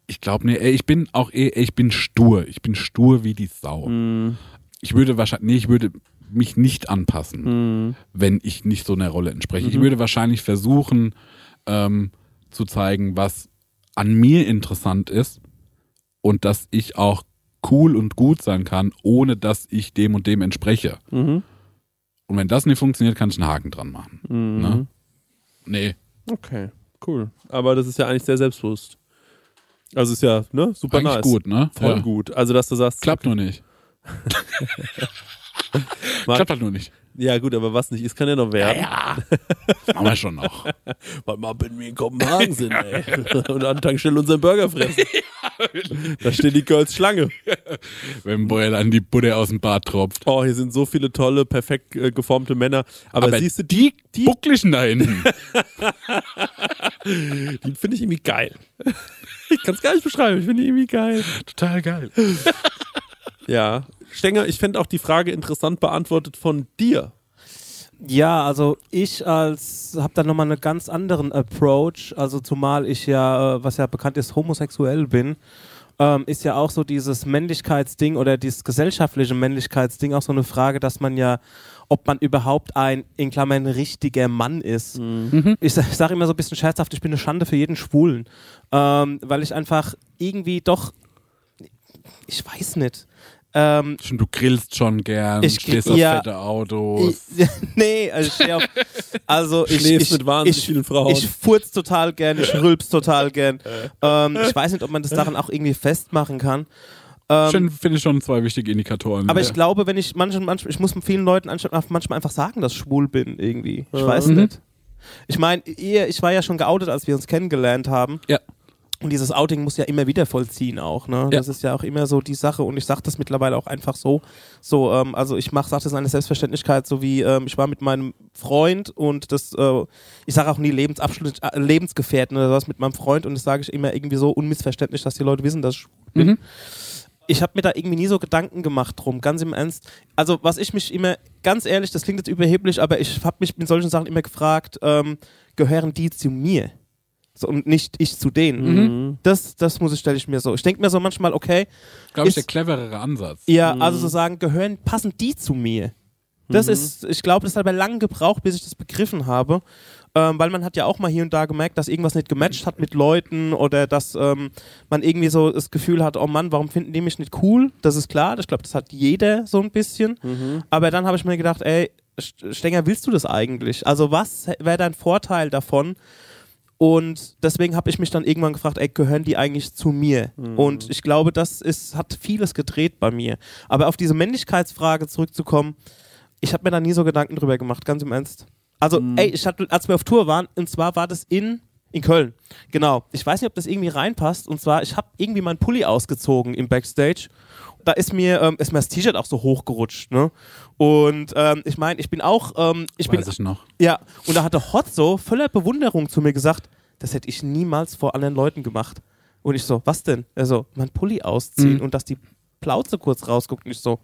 S2: Ich glaube, nee, ey, ich bin auch eh, ey, ich bin stur. Ich bin stur wie die Sau.
S3: Mhm.
S2: Ich würde wahrscheinlich, nee, ich würde mich nicht anpassen,
S3: Mhm.
S2: wenn ich nicht so einer Rolle entspreche. Ich würde wahrscheinlich versuchen, ähm, zu zeigen, was an mir interessant ist und dass ich auch cool und gut sein kann, ohne dass ich dem und dem entspreche.
S3: Mhm.
S2: Und wenn das nicht funktioniert, kann ich einen Haken dran machen.
S3: Mhm.
S2: Ne? Nee.
S3: Okay, cool. Aber das ist ja eigentlich sehr selbstbewusst. Also ist ja, ne, super
S2: Eigentlich
S3: nice.
S2: gut, ne?
S3: Voll
S2: Ja.
S3: gut. Also, dass du sagst,
S2: Klappt nur
S3: (laughs)
S2: nicht.
S3: Marc-
S2: Klappt halt nur nicht.
S3: ja gut, aber was nicht ist, kann ja noch werden.
S2: Ja. Machen wir schon
S3: (laughs)
S2: noch.
S3: Weil mal bin wir in Kopenhagen sind, ey. (laughs) Und an der Tankstelle unseren Burger (laughs) fressen. da stehen die Girls Schlange.
S2: Wenn Boyle an die Buddha aus dem Bart tropft.
S3: Oh, hier sind so viele tolle, perfekt äh, geformte Männer. Aber, siehst du, die, die,
S2: Bucklichen da
S3: (laughs)
S2: hinten.
S3: die finde ich irgendwie geil. (laughs) ich kann es gar nicht beschreiben, ich finde die irgendwie geil.
S2: Total geil.
S3: Ja. Stenger, ich fände auch die Frage interessant beantwortet von dir.
S4: Ja, also ich als habe da nochmal einen ganz anderen Approach, also zumal ich ja, äh, was ja bekannt ist, homosexuell bin, ähm, ist ja auch so dieses Männlichkeitsding oder dieses gesellschaftliche Männlichkeitsding auch so eine Frage, dass man ja, ob man überhaupt ein, in Klammern, richtiger Mann ist. Ich, sa- ich sage immer so ein bisschen scherzhaft, ich bin eine Schande für jeden Schwulen, ähm, weil ich einfach irgendwie doch, ich weiß nicht, ähm,
S2: Schon, du grillst schon gern,
S4: Ich-
S2: stehst auf
S4: ja.
S2: fette Autos.
S4: ich- (laughs) nee, also ich stehe auf. Also ich,
S3: Schläfst
S4: ich,
S3: mit wahnsinnig
S4: ich,
S3: vielen Frauen.
S4: Ich furz total gern, ich rülps total gern.
S3: (laughs)
S4: ähm, ich weiß nicht, ob man das daran auch irgendwie festmachen kann.
S2: Schön, finde ich schon zwei wichtige Indikatoren.
S4: Aber
S2: Ja.
S4: ich glaube, wenn ich manchmal, manchmal ich muss vielen Leuten anstatt- manchmal einfach sagen, dass ich schwul bin irgendwie. Ich weiß
S2: Mhm.
S4: nicht. Ich meine, ihr- ich war ja schon geoutet, als wir uns kennengelernt haben.
S2: Ja.
S4: Und dieses Outing muss ja immer wieder vollziehen auch. Ne?
S2: Ja.
S4: Das ist ja auch immer so die Sache. Und ich sage das mittlerweile auch einfach so. So, ähm, also ich mache, sage das in einer Selbstverständlichkeit, so wie ähm, ich war mit meinem Freund und das, äh, ich sage auch nie Lebensabschnitt, äh, Lebensgefährten oder sowas mit meinem Freund und das sage ich immer irgendwie so unmissverständlich, dass die Leute wissen, dass ich schwul bin. Ich habe mir da irgendwie nie so Gedanken gemacht drum, ganz im Ernst. Also was ich mich immer, ganz ehrlich, das klingt jetzt überheblich, aber ich habe mich mit solchen Sachen immer gefragt, ähm, gehören die zu mir? So, und nicht ich zu denen. Das, das muss ich, stelle ich mir so. Ich denke mir so manchmal, okay,
S2: glaube ich,
S4: ist-
S2: der cleverere Ansatz.
S4: ja, also so sagen, gehören, passen die zu mir? Das ist, ich glaube, das hat aber lange gebraucht, bis ich das begriffen habe. Ähm, weil man hat ja auch mal hier und da gemerkt, dass irgendwas nicht gematcht hat mit Leuten oder dass ähm, man irgendwie so das Gefühl hat, oh Mann, warum finden die mich nicht cool? Das ist klar, ich glaube, das hat jeder so ein bisschen. Aber dann habe ich mir gedacht, ey, St- Stenger, willst du das eigentlich? Also was wäre dein Vorteil davon, und deswegen habe ich mich dann irgendwann gefragt, ey, gehören die eigentlich zu mir? Und ich glaube, das ist, hat vieles gedreht bei mir. Aber auf diese Männlichkeitsfrage zurückzukommen, ich habe mir da nie so Gedanken drüber gemacht, ganz im Ernst. Also, ey, ich hatte, als wir auf Tour waren, und zwar war das in, in Köln. Genau. Ich weiß nicht, ob das irgendwie reinpasst. Und zwar, ich habe irgendwie meinen Pulli ausgezogen im Backstage. Da ist mir, ähm, ist mir das T-Shirt auch so hochgerutscht, ne? Und ähm, ich meine, ich bin auch, ähm, ich bin
S2: Weiß ich noch.
S4: ja, und da hatte Hotzo voller Bewunderung zu mir gesagt, das hätte ich niemals vor anderen Leuten gemacht. Und ich so, was denn? Er so, mein Pulli ausziehen und dass die Plauze kurz rausguckt. Und ich so,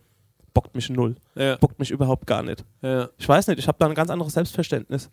S4: bockt mich null.
S3: Ja,
S4: Bockt mich überhaupt gar nicht.
S3: ja,
S4: Ich weiß nicht, ich habe da ein ganz anderes Selbstverständnis.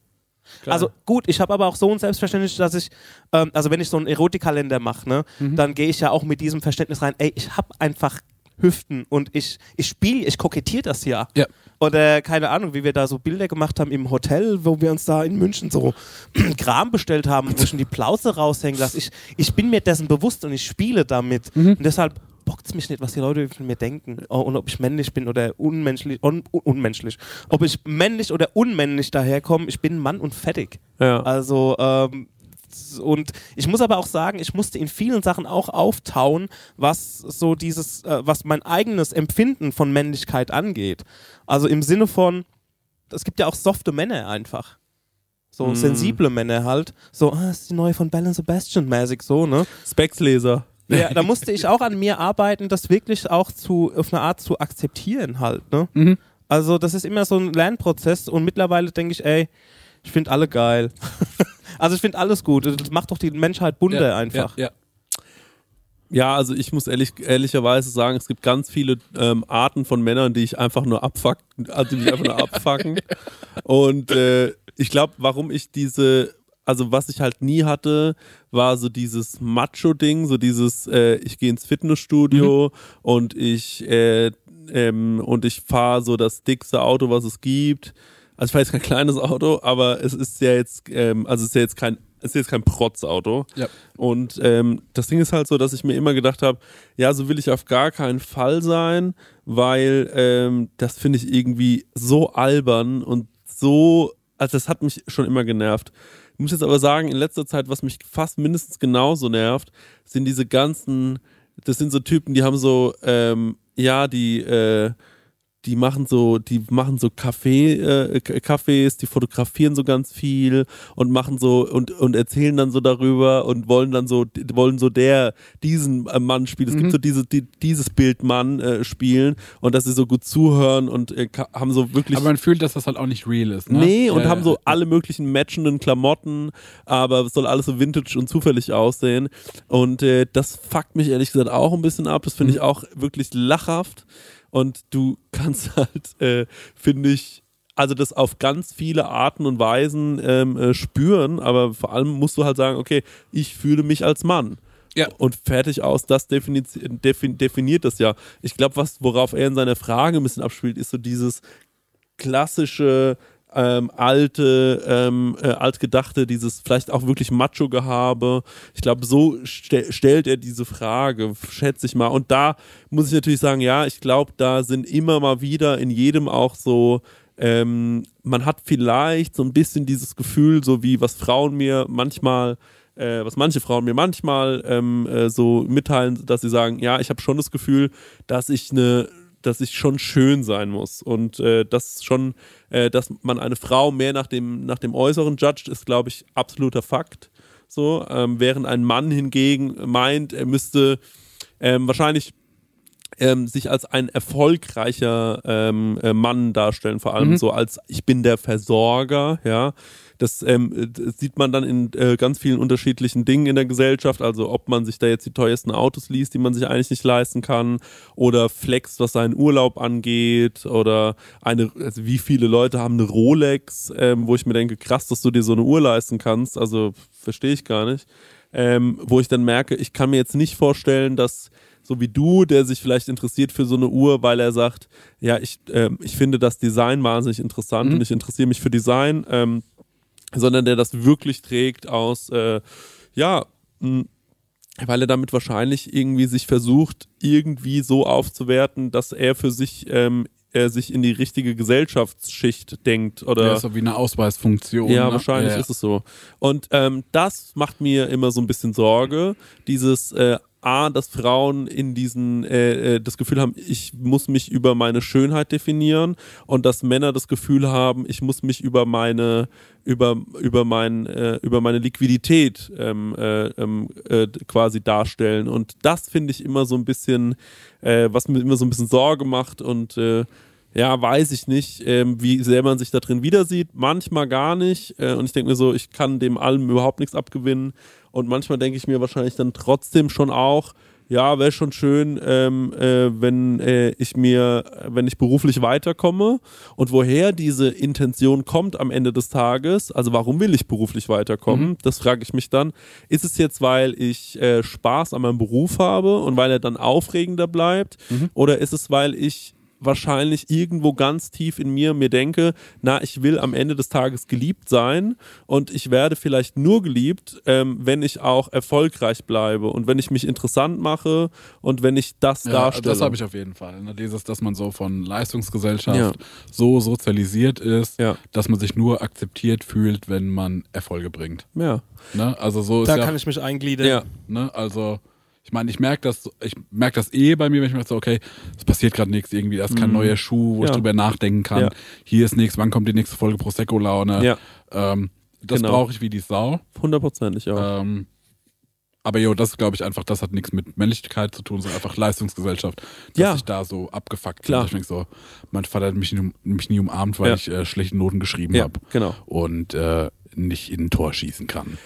S3: klar.
S4: Also gut, ich habe aber auch so ein Selbstverständnis, dass ich, ähm, also wenn ich so einen Erotikkalender mache, ne, dann gehe ich ja auch mit diesem Verständnis rein, ey, ich habe einfach Hüften und ich, ich spiele, ich kokettiere das ja.
S2: Ja.
S4: Oder keine Ahnung, wie wir da so Bilder gemacht haben im Hotel, wo wir uns da in München so (clears throat) Kram bestellt haben, wo ich schon die Plauze raushängen lasse. Ich, ich bin mir dessen bewusst und ich spiele damit. Und deshalb bockt es mich nicht, was die Leute von mir denken. Oh, und ob ich männlich bin oder unmenschlich, un, un- unmenschlich. Ob ich männlich oder unmännlich daherkomme, ich bin Mann und fertig.
S3: Ja.
S4: Also, ähm, und ich muss aber auch sagen, ich musste in vielen Sachen auch auftauen, was so dieses, äh, was mein eigenes Empfinden von Männlichkeit angeht. Also im Sinne von, es gibt ja auch softe Männer einfach. So sensible Männer halt. So, ah, das ist die neue von Balance Sebastian mäßig so, ne?
S3: Specs-Leser.
S2: (laughs)
S4: Ja, da musste ich auch an mir arbeiten, das wirklich auch zu, auf eine Art zu akzeptieren halt, ne?
S2: Mhm.
S4: Also das ist immer so ein Lernprozess und mittlerweile denke ich, ey, ich finde alle geil. (laughs) also ich finde alles gut. Das macht doch die Menschheit bunter einfach.
S2: Ja, ja.
S3: Ja, also ich muss ehrlich, ehrlicherweise sagen, es gibt ganz viele ähm, Arten von Männern, die ich einfach nur abfuck, also die mich einfach nur abfacken. Und äh, ich glaube, warum ich diese, also was ich halt nie hatte, war so dieses Macho-Ding, so dieses, äh, ich gehe ins Fitnessstudio und ich äh, ähm, und ich fahre so das dickste Auto, was es gibt. Also ich fahre jetzt kein kleines Auto, aber es ist ja jetzt, ähm, also es ist ja jetzt kein, es ist jetzt kein Protzauto.
S2: Ja.
S3: Und ähm, das Ding ist halt so, dass ich mir immer gedacht habe, ja, so will ich auf gar keinen Fall sein, weil ähm, das finde ich irgendwie so albern und so, also das hat mich schon immer genervt. Ich muss jetzt aber sagen, in letzter Zeit, was mich fast mindestens genauso nervt, sind diese ganzen, das sind so Typen, die haben so, ähm, ja, die, äh, die machen so, die machen so Kaffee, äh, K- Cafés, die fotografieren so ganz viel und machen so und, und erzählen dann so darüber und wollen dann so, die wollen so der, diesen äh, Mann spielen. Es gibt so diese, die, dieses Bild Mann äh, spielen und dass sie so gut zuhören und äh, ka- haben so wirklich.
S2: Aber man fühlt, dass das halt auch nicht real ist. Ne?
S3: Nee,
S2: ja,
S3: und haben
S2: ja.
S3: so alle möglichen matchenden Klamotten, aber es soll alles so vintage und zufällig aussehen. Und äh, das fuckt mich ehrlich gesagt auch ein bisschen ab. Das finde
S2: Mhm.
S3: ich auch wirklich lachhaft. Und du (laughs) kannst halt, äh, finde ich, also das auf ganz viele Arten und Weisen ähm, äh, spüren, aber vor allem musst du halt sagen, okay, ich fühle mich als Mann.
S2: Ja.
S3: Und fertig aus, das defini defin definiert das ja. Ich glaube, was worauf er in seiner Frage ein bisschen abspielt, ist so dieses, klassische ähm, alte, ähm, äh, altgedachte, dieses vielleicht auch wirklich Macho-Gehabe. Ich glaube, so ste stellt er diese Frage, schätze ich mal. Und da muss ich natürlich sagen, ja, ich glaube, da sind immer mal wieder in jedem auch so, ähm, man hat vielleicht so ein bisschen dieses Gefühl, so wie was Frauen mir manchmal äh, was manche Frauen mir manchmal ähm, äh, so mitteilen, dass sie sagen, ja, ich habe schon das Gefühl, dass ich eine, dass ich schon schön sein muss und äh, dass schon, äh, dass man eine Frau mehr nach dem nach dem Äußeren judgt, ist glaube ich absoluter Fakt. So, ähm, während ein Mann hingegen meint, er müsste ähm, wahrscheinlich ähm, sich als ein erfolgreicher ähm, äh, Mann darstellen, vor allem so als ich bin der Versorger, ja. Das ähm, äh, das sieht man dann in äh, ganz vielen unterschiedlichen Dingen in der Gesellschaft. Also ob man sich da jetzt die teuersten Autos liest, die man sich eigentlich nicht leisten kann, oder flext, was seinen Urlaub angeht, oder eine, also wie viele Leute haben eine Rolex, ähm, wo ich mir denke, krass, dass du dir so eine Uhr leisten kannst. Also verstehe ich gar nicht. Ähm, wo ich dann merke, ich kann mir jetzt nicht vorstellen, dass so wie du, der sich vielleicht interessiert für so eine Uhr, weil er sagt, ja, ich, ähm, ich finde das Design wahnsinnig interessant
S2: Mhm.
S3: und ich interessiere mich für Design, ähm, sondern der das wirklich trägt aus, äh, ja, mh, weil er damit wahrscheinlich irgendwie sich versucht, irgendwie so aufzuwerten, dass er für sich, ähm, er sich in die richtige Gesellschaftsschicht denkt oder
S2: Ja, ist so wie eine Ausweisfunktion.
S3: ja,
S2: ne?
S3: wahrscheinlich
S2: Ja, ja.
S3: ist es so. Und ähm, das macht mir immer so ein bisschen Sorge, dieses äh, A, dass Frauen in diesen äh, äh, das Gefühl haben, ich muss mich über meine Schönheit definieren und dass Männer das Gefühl haben, ich muss mich über meine über über mein äh, über meine Liquidität ähm, äh, ähm, äh, quasi darstellen und das finde ich immer so ein bisschen äh, was mir immer so ein bisschen Sorge macht und äh, ja, weiß ich nicht, ähm, wie sehr man sich da drin wieder sieht. Manchmal gar nicht. Äh, und ich denke mir so, ich kann dem allem überhaupt nichts abgewinnen. Und manchmal denke ich mir wahrscheinlich dann trotzdem schon auch, ja, wäre schon schön, ähm, äh, wenn äh, ich mir, wenn ich beruflich weiterkomme und woher diese Intention kommt am Ende des Tages, also warum will ich beruflich weiterkommen, das frage ich mich dann. Ist es jetzt, weil ich äh, Spaß an meinem Beruf habe und weil er dann aufregender bleibt oder ist es, weil ich wahrscheinlich irgendwo ganz tief in mir mir denke, na, ich will am Ende des Tages geliebt sein und ich werde vielleicht nur geliebt, ähm, wenn ich auch erfolgreich bleibe und wenn ich mich interessant mache und wenn ich das
S2: Ja,
S3: darstelle.
S2: das habe ich auf jeden Fall. Ne? Dieses, dass man so von Leistungsgesellschaft
S3: Ja.
S2: so sozialisiert ist,
S3: Ja.
S2: dass man sich nur akzeptiert fühlt, wenn man Erfolge bringt.
S3: ja.
S2: Ne? Also so
S4: Da
S2: ist ja,
S4: kann ich mich eingliedern.
S3: ja.
S2: Ne? Also, ich meine, ich merke das, ich merke das eh bei mir, wenn ich mir so, okay, es passiert gerade nichts irgendwie, da ist kein neuer Schuh, wo ich
S3: Mhm. Ja.
S2: drüber nachdenken kann.
S3: Ja.
S2: Hier ist nichts, wann kommt die nächste Folge Prosecco-Laune?
S3: Ja.
S2: Ähm, das
S3: Genau.
S2: brauche ich wie die Sau.
S3: Hundertprozentig auch.
S2: Ähm, aber jo, das glaube ich einfach, das hat nichts mit Männlichkeit zu tun, sondern einfach Leistungsgesellschaft, dass
S3: Ja.
S2: ich da so abgefuckt
S3: Klar.
S2: bin. Ich denk so, mein Vater hat mich nie, mich nie umarmt, weil
S3: Ja.
S2: ich äh, schlechte Noten geschrieben
S3: Ja,
S2: habe
S3: genau.
S2: und äh, nicht in ein Tor schießen kann.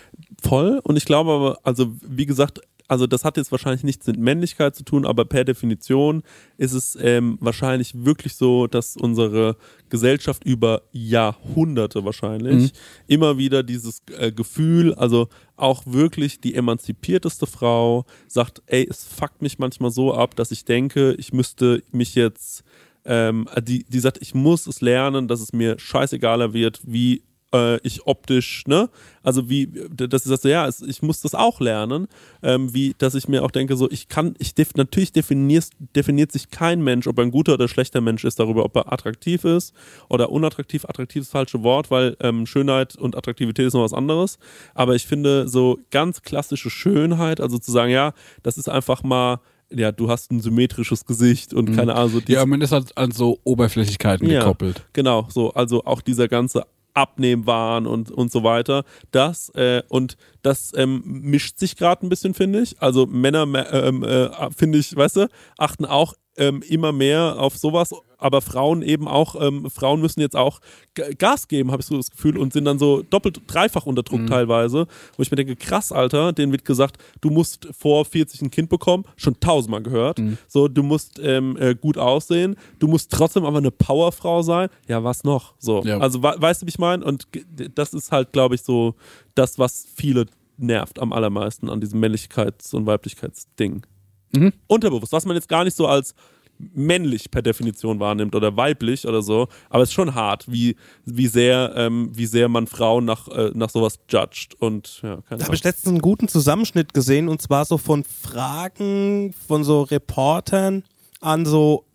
S3: voll. Und ich glaube aber, also wie gesagt, also das hat jetzt wahrscheinlich nichts mit Männlichkeit zu tun, aber per Definition ist es ähm, wahrscheinlich wirklich so, dass unsere Gesellschaft über Jahrhunderte wahrscheinlich immer wieder dieses äh, Gefühl, also auch wirklich die emanzipierteste Frau sagt, ey, es fuckt mich manchmal so ab, dass ich denke, ich müsste mich jetzt ähm, die, die sagt, ich muss es lernen, dass es mir scheißegaler wird, wie äh, ich optisch, ne? Also wie, dass sie sagt, so, ja, es, ich muss das auch lernen, ähm, wie, dass ich mir auch denke, so, ich kann, ich def, natürlich definierst, definiert sich kein Mensch, ob er ein guter oder schlechter Mensch ist, darüber, ob er attraktiv ist oder unattraktiv, attraktiv ist das falsche Wort, weil ähm, Schönheit und Attraktivität ist noch was anderes, aber ich finde so ganz klassische Schönheit, also zu sagen, ja, das ist einfach mal, ja, du hast ein symmetrisches Gesicht und keine Ahnung, so
S2: Ja, man ist halt an so Oberflächlichkeiten
S3: Ja.
S2: gekoppelt.
S3: Genau, so, also auch dieser ganze Abnehmwahn und, und so weiter. Das äh, und das ähm, mischt sich gerade ein bisschen, finde ich. Also Männer, mä- ähm, äh, finde ich, weißt du, achten auch ähm, immer mehr auf sowas, aber Frauen eben auch, ähm, Frauen müssen jetzt auch G- Gas geben, habe ich so das Gefühl, und sind dann so doppelt, dreifach unter Druck teilweise, wo ich mir denke, krass, Alter, denen wird gesagt, du musst vor 40 ein Kind bekommen, schon tausendmal gehört. So, du musst ähm, äh, gut aussehen, du musst trotzdem aber eine Powerfrau sein. Ja, was noch? So.
S2: Ja.
S3: Also, we weißt du, wie ich meine? Und ge- das ist halt, glaube ich, so das, was viele nervt am allermeisten an diesem Männlichkeits- und Weiblichkeitsding. Unterbewusst, was man jetzt gar nicht so als männlich per Definition wahrnimmt oder weiblich oder so, aber es ist schon hart, wie, wie, sehr, ähm, wie sehr man Frauen nach, äh, nach sowas judgt und ja, keine
S4: Da
S3: Ahnung.
S4: habe ich letztens einen guten Zusammenschnitt gesehen und zwar so von Fragen von so Reportern an so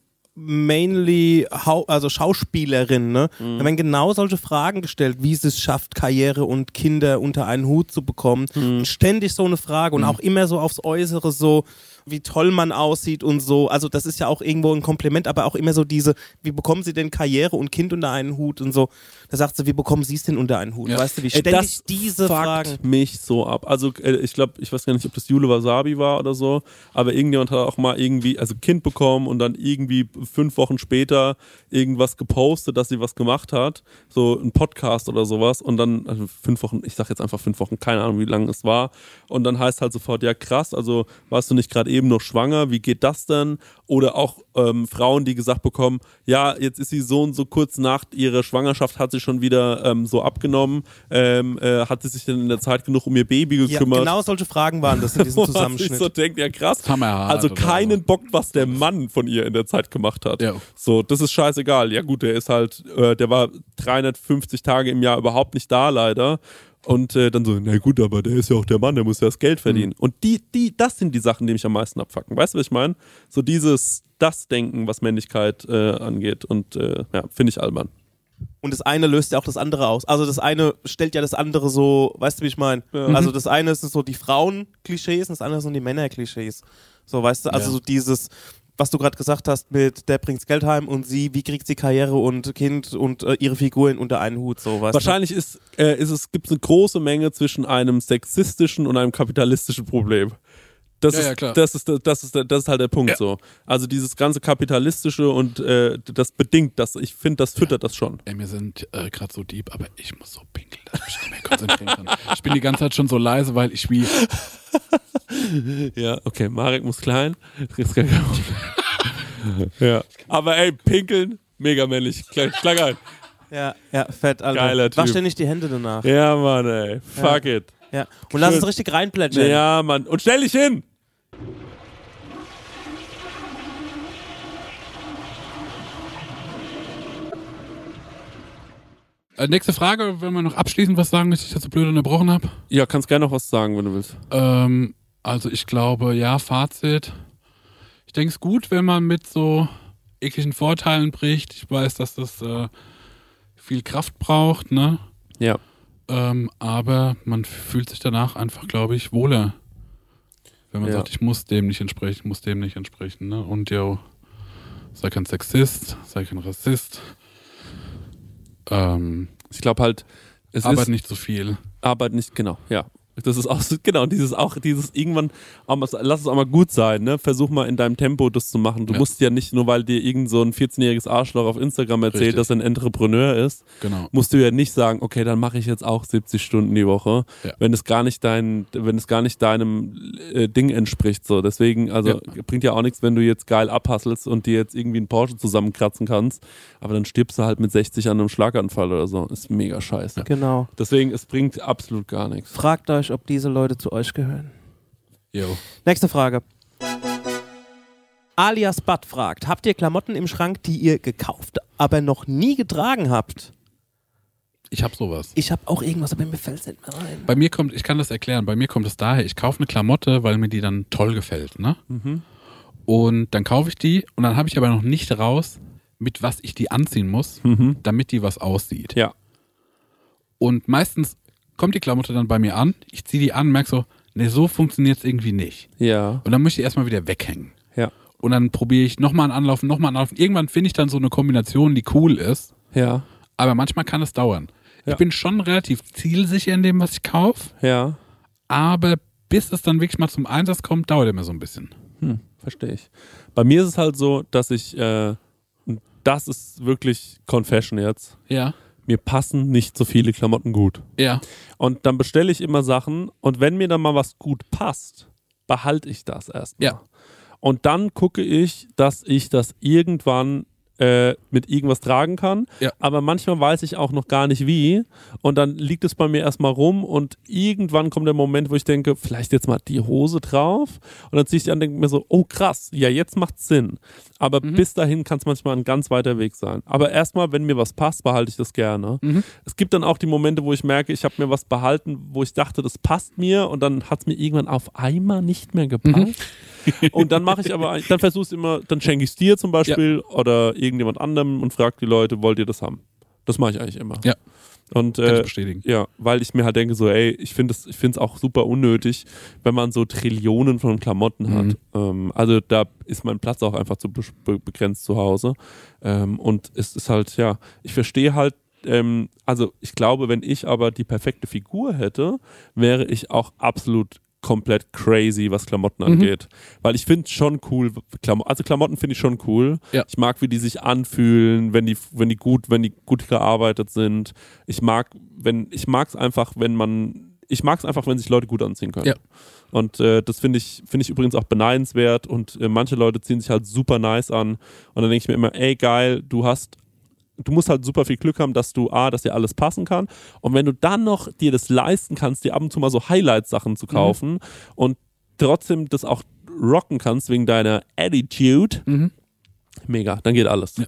S4: mainly hau also Schauspielerinnen. Ne?
S3: Mhm.
S4: Da werden genau solche Fragen gestellt, wie sie es schafft, Karriere und Kinder unter einen Hut zu bekommen.
S3: Mhm.
S4: Und ständig so eine Frage und auch immer so aufs Äußere so wie toll man aussieht und so. Also das ist ja auch irgendwo ein Kompliment, aber auch immer so diese, wie bekommen sie denn Karriere und Kind unter einen Hut und so. Da sagt sie, wie bekommen sie es denn unter einen Hut?
S2: Ja.
S4: Weißt du, wie
S3: Ey,
S4: ständig diese
S3: fuckt
S4: Fragen.
S3: mich so ab. Also äh, ich glaube, ich weiß gar nicht, ob das Jule Wasabi war oder so, aber irgendjemand hat auch mal irgendwie, also Kind bekommen und dann irgendwie fünf Wochen später irgendwas gepostet, dass sie was gemacht hat, so ein Podcast oder sowas und dann also fünf Wochen, ich sag jetzt einfach fünf Wochen, keine Ahnung, wie lange es war und dann heißt halt sofort, ja krass, also warst du nicht gerade eben noch schwanger, wie geht das denn? Oder auch ähm, Frauen, die gesagt bekommen, ja, jetzt ist sie so und so kurz nach ihrer Schwangerschaft hat sie schon wieder ähm, so abgenommen, ähm, äh, hat sie sich denn in der Zeit genug um ihr Baby
S4: Ja,
S3: gekümmert?
S4: genau solche Fragen waren das
S3: (laughs)
S4: in
S3: Wo man
S4: (laughs) diesem
S3: sich
S4: Zusammenschnitt.
S3: so denkt, ja krass.
S2: Hammerhart
S3: also
S2: oder
S3: keinen
S2: so.
S3: Bock, was der Mann von ihr in der Zeit gemacht hat.
S2: Ja.
S3: So, das ist scheißegal. Ja gut, der ist halt, äh, der war 350 Tage im Jahr überhaupt nicht da leider. Und äh, dann so, na gut, aber der ist ja auch der Mann, der muss ja das Geld verdienen.
S2: Mhm.
S3: Und die, die, das sind die Sachen, die mich am meisten abfacken. Weißt du, was ich meine? So dieses, das Denken, was Männlichkeit äh, angeht. Und äh, ja, finde ich albern.
S4: Und das eine löst ja auch das andere aus. Also das eine stellt ja das andere so, weißt du, wie ich meine?
S3: Mhm.
S4: Also das eine ist so die Frauen-Klischees und das andere sind die Männer-Klischees. So, weißt du, also
S2: Ja.
S4: so dieses, was du gerade gesagt hast mit der bringt's Geld heim und sie, wie kriegt sie Karriere und Kind und äh, ihre Figuren unter einen Hut, so, weißt
S3: Wahrscheinlich ist, äh, ist es, gibt es eine große Menge zwischen einem sexistischen und einem kapitalistischen Problem. Das,
S2: Ja,
S3: ist,
S2: ja, klar.
S3: das, ist, der- das, ist, der- das ist halt der Punkt
S2: Ja.
S3: so. Also dieses ganze kapitalistische und äh, das bedingt das. Ich finde, das füttert das schon.
S2: Ey, wir sind äh, gerade so deep, aber ich muss so pinkeln. dass ich mich nicht mehr konzentrieren kann. Ich bin die ganze Zeit schon so leise, weil ich wie
S3: Ja, okay, Marek muss klein. Jetzt kann ich- (laughs) ja. Aber ey, pinkeln, mega männlich. Schlag, schlag ein.
S4: Ja, ja, fett, Alter.
S3: Geiler Typ.
S4: Wasch dir nicht die Hände danach.
S3: Ja, Mann, ey. Fuck it.
S4: Ja. Und lass
S3: Schön.
S4: uns richtig reinplätschern.
S3: Ja, Mann. Und stell dich hin!
S2: Äh, nächste Frage, wenn wir noch abschließend was sagen, dass ich dazu blöd unterbrochen habe.
S3: Ja, kannst gerne noch was sagen, wenn du willst.
S2: Ähm, also ich glaube, ja, Fazit. Ich denke es ist gut, wenn man mit so ekligen Vorteilen bricht. Ich weiß, dass das äh, viel Kraft braucht, ne?
S3: Ja.
S2: Ähm, aber man fühlt sich danach einfach, glaube ich, wohler. Wenn man
S3: Ja.
S2: sagt, ich muss dem nicht entsprechen, muss dem nicht entsprechen, ne? Und yo, sei kein Sexist, sei kein Rassist. Ähm,
S3: Ich glaube halt, es
S2: aber
S3: ist
S2: nicht zu viel.
S3: Arbeit nicht, genau, ja. Das ist auch, so- (laughs) genau, dieses auch, dieses irgendwann, auch mal, lass es auch mal gut sein, ne? Versuch mal in deinem Tempo das zu machen. Du
S2: Ja.
S3: musst ja nicht, nur weil dir irgend so ein 14-jähriges Arschloch auf Instagram erzählt,
S2: Richtig.
S3: dass er ein Entrepreneur ist,
S2: Genau.
S3: musst du ja nicht sagen, okay, dann mache ich jetzt auch 70 Stunden die Woche,
S2: Ja.
S3: wenn es gar nicht dein, wenn es gar nicht deinem äh, Ding entspricht. So, deswegen, also bringt ja auch nichts, wenn du jetzt geil abhasselst und dir jetzt irgendwie einen Porsche zusammenkratzen kannst, aber dann stirbst du halt mit 60 an einem Schlaganfall oder so. Ist mega scheiße.
S4: Genau.
S3: Deswegen, es bringt absolut gar nichts.
S4: Fragt euch, ob diese Leute zu euch gehören.
S2: Yo.
S4: Nächste Frage. Alias Bad fragt, habt ihr Klamotten im Schrank, die ihr gekauft, aber noch nie getragen habt?
S2: Ich hab sowas.
S4: Ich habe auch irgendwas, aber mir fällt es nicht mehr rein.
S2: Bei mir kommt, ich kann das erklären, bei mir kommt es daher, ich kaufe eine Klamotte, weil mir die dann toll gefällt, ne?
S3: Mhm.
S2: Und dann kaufe ich die und dann habe ich aber noch nicht raus, mit was ich die anziehen muss, damit die was aussieht.
S3: Mhm. Ja.
S2: Und meistens kommt die Klamotte dann bei mir an, ich ziehe die an, merke so, ne, so funktioniert es irgendwie nicht.
S3: Ja.
S2: Und dann möchte ich die erstmal wieder weghängen.
S3: Ja.
S2: Und dann probiere ich nochmal einen Anlauf, nochmal einen Anlauf. Irgendwann finde ich dann so eine Kombination, die cool ist,
S3: Ja.
S2: aber manchmal kann es dauern.
S3: Ja.
S2: Ich bin schon relativ zielsicher in dem, was ich kaufe
S3: Ja.
S2: aber bis es dann wirklich mal zum Einsatz kommt, dauert immer so ein bisschen.
S3: Verstehe ich. Bei mir ist es halt so, dass ich, äh, und das ist wirklich Confession jetzt.
S2: Ja,
S3: Mir passen nicht so viele Klamotten gut.
S2: ja,
S3: Und dann bestelle ich immer Sachen und wenn mir dann mal was gut passt, behalte ich das erstmal.
S2: Ja.
S3: Und dann gucke ich, dass ich das irgendwann äh, mit irgendwas tragen kann.
S2: Ja.
S3: Aber manchmal weiß ich auch noch gar nicht wie. Und dann liegt es bei mir erstmal rum und irgendwann kommt der Moment, wo ich denke, vielleicht jetzt mal die Hose drauf. Und dann ziehe ich die an und denke mir so, oh krass, ja, jetzt macht's Sinn. Aber
S2: Mhm.
S3: bis dahin kann es manchmal ein ganz weiter Weg sein. Aber erstmal, wenn mir was passt, behalte ich das gerne.
S2: Mhm.
S3: Es gibt dann auch die Momente, wo ich merke, ich habe mir was behalten, wo ich dachte, das passt mir und dann hat es mir irgendwann auf einmal nicht
S2: Mhm.
S3: mehr gepasst. Und dann mache ich aber, ein- dann versuch's immer, dann schenke ich es dir zum Beispiel oder irgendjemand anderem und frage die Leute, wollt ihr das haben? Das mache ich eigentlich immer.
S2: Ja.
S3: Und
S2: kann
S3: äh,
S2: ich bestätigen.
S3: ja, weil ich mir halt denke, so, ey, ich finde es ich find's auch super unnötig, wenn man so Trillionen von Klamotten hat. Ähm, also da ist mein Platz auch einfach zu be be begrenzt zu Hause. Ähm, und es ist halt, ja, ich verstehe halt, ähm, also ich glaube, wenn ich aber die perfekte Figur hätte, wäre ich auch absolut komplett crazy, was Klamotten
S2: Mhm.
S3: angeht. Weil ich finde schon cool, Klamo also Klamotten finde ich schon cool.
S2: Ja.
S3: Ich mag, wie die sich anfühlen, wenn die, wenn die gut, wenn die gut gearbeitet sind. Ich mag, wenn, ich mag es einfach, wenn man, ich mag es einfach, wenn sich Leute gut anziehen können.
S2: Ja.
S3: Und äh, das finde ich, finde ich übrigens auch beneidenswert. Und äh, manche Leute ziehen sich halt super nice an. Und dann denke ich mir immer, ey geil, du hast du musst halt super viel Glück haben, dass du A, dass dir alles passen kann. Und wenn du dann noch dir das leisten kannst, dir ab und zu mal so Highlight-Sachen
S2: Mhm.
S3: zu kaufen und trotzdem das auch rocken kannst wegen deiner Attitude,
S2: Mhm.
S3: mega, dann geht alles.
S2: Ja.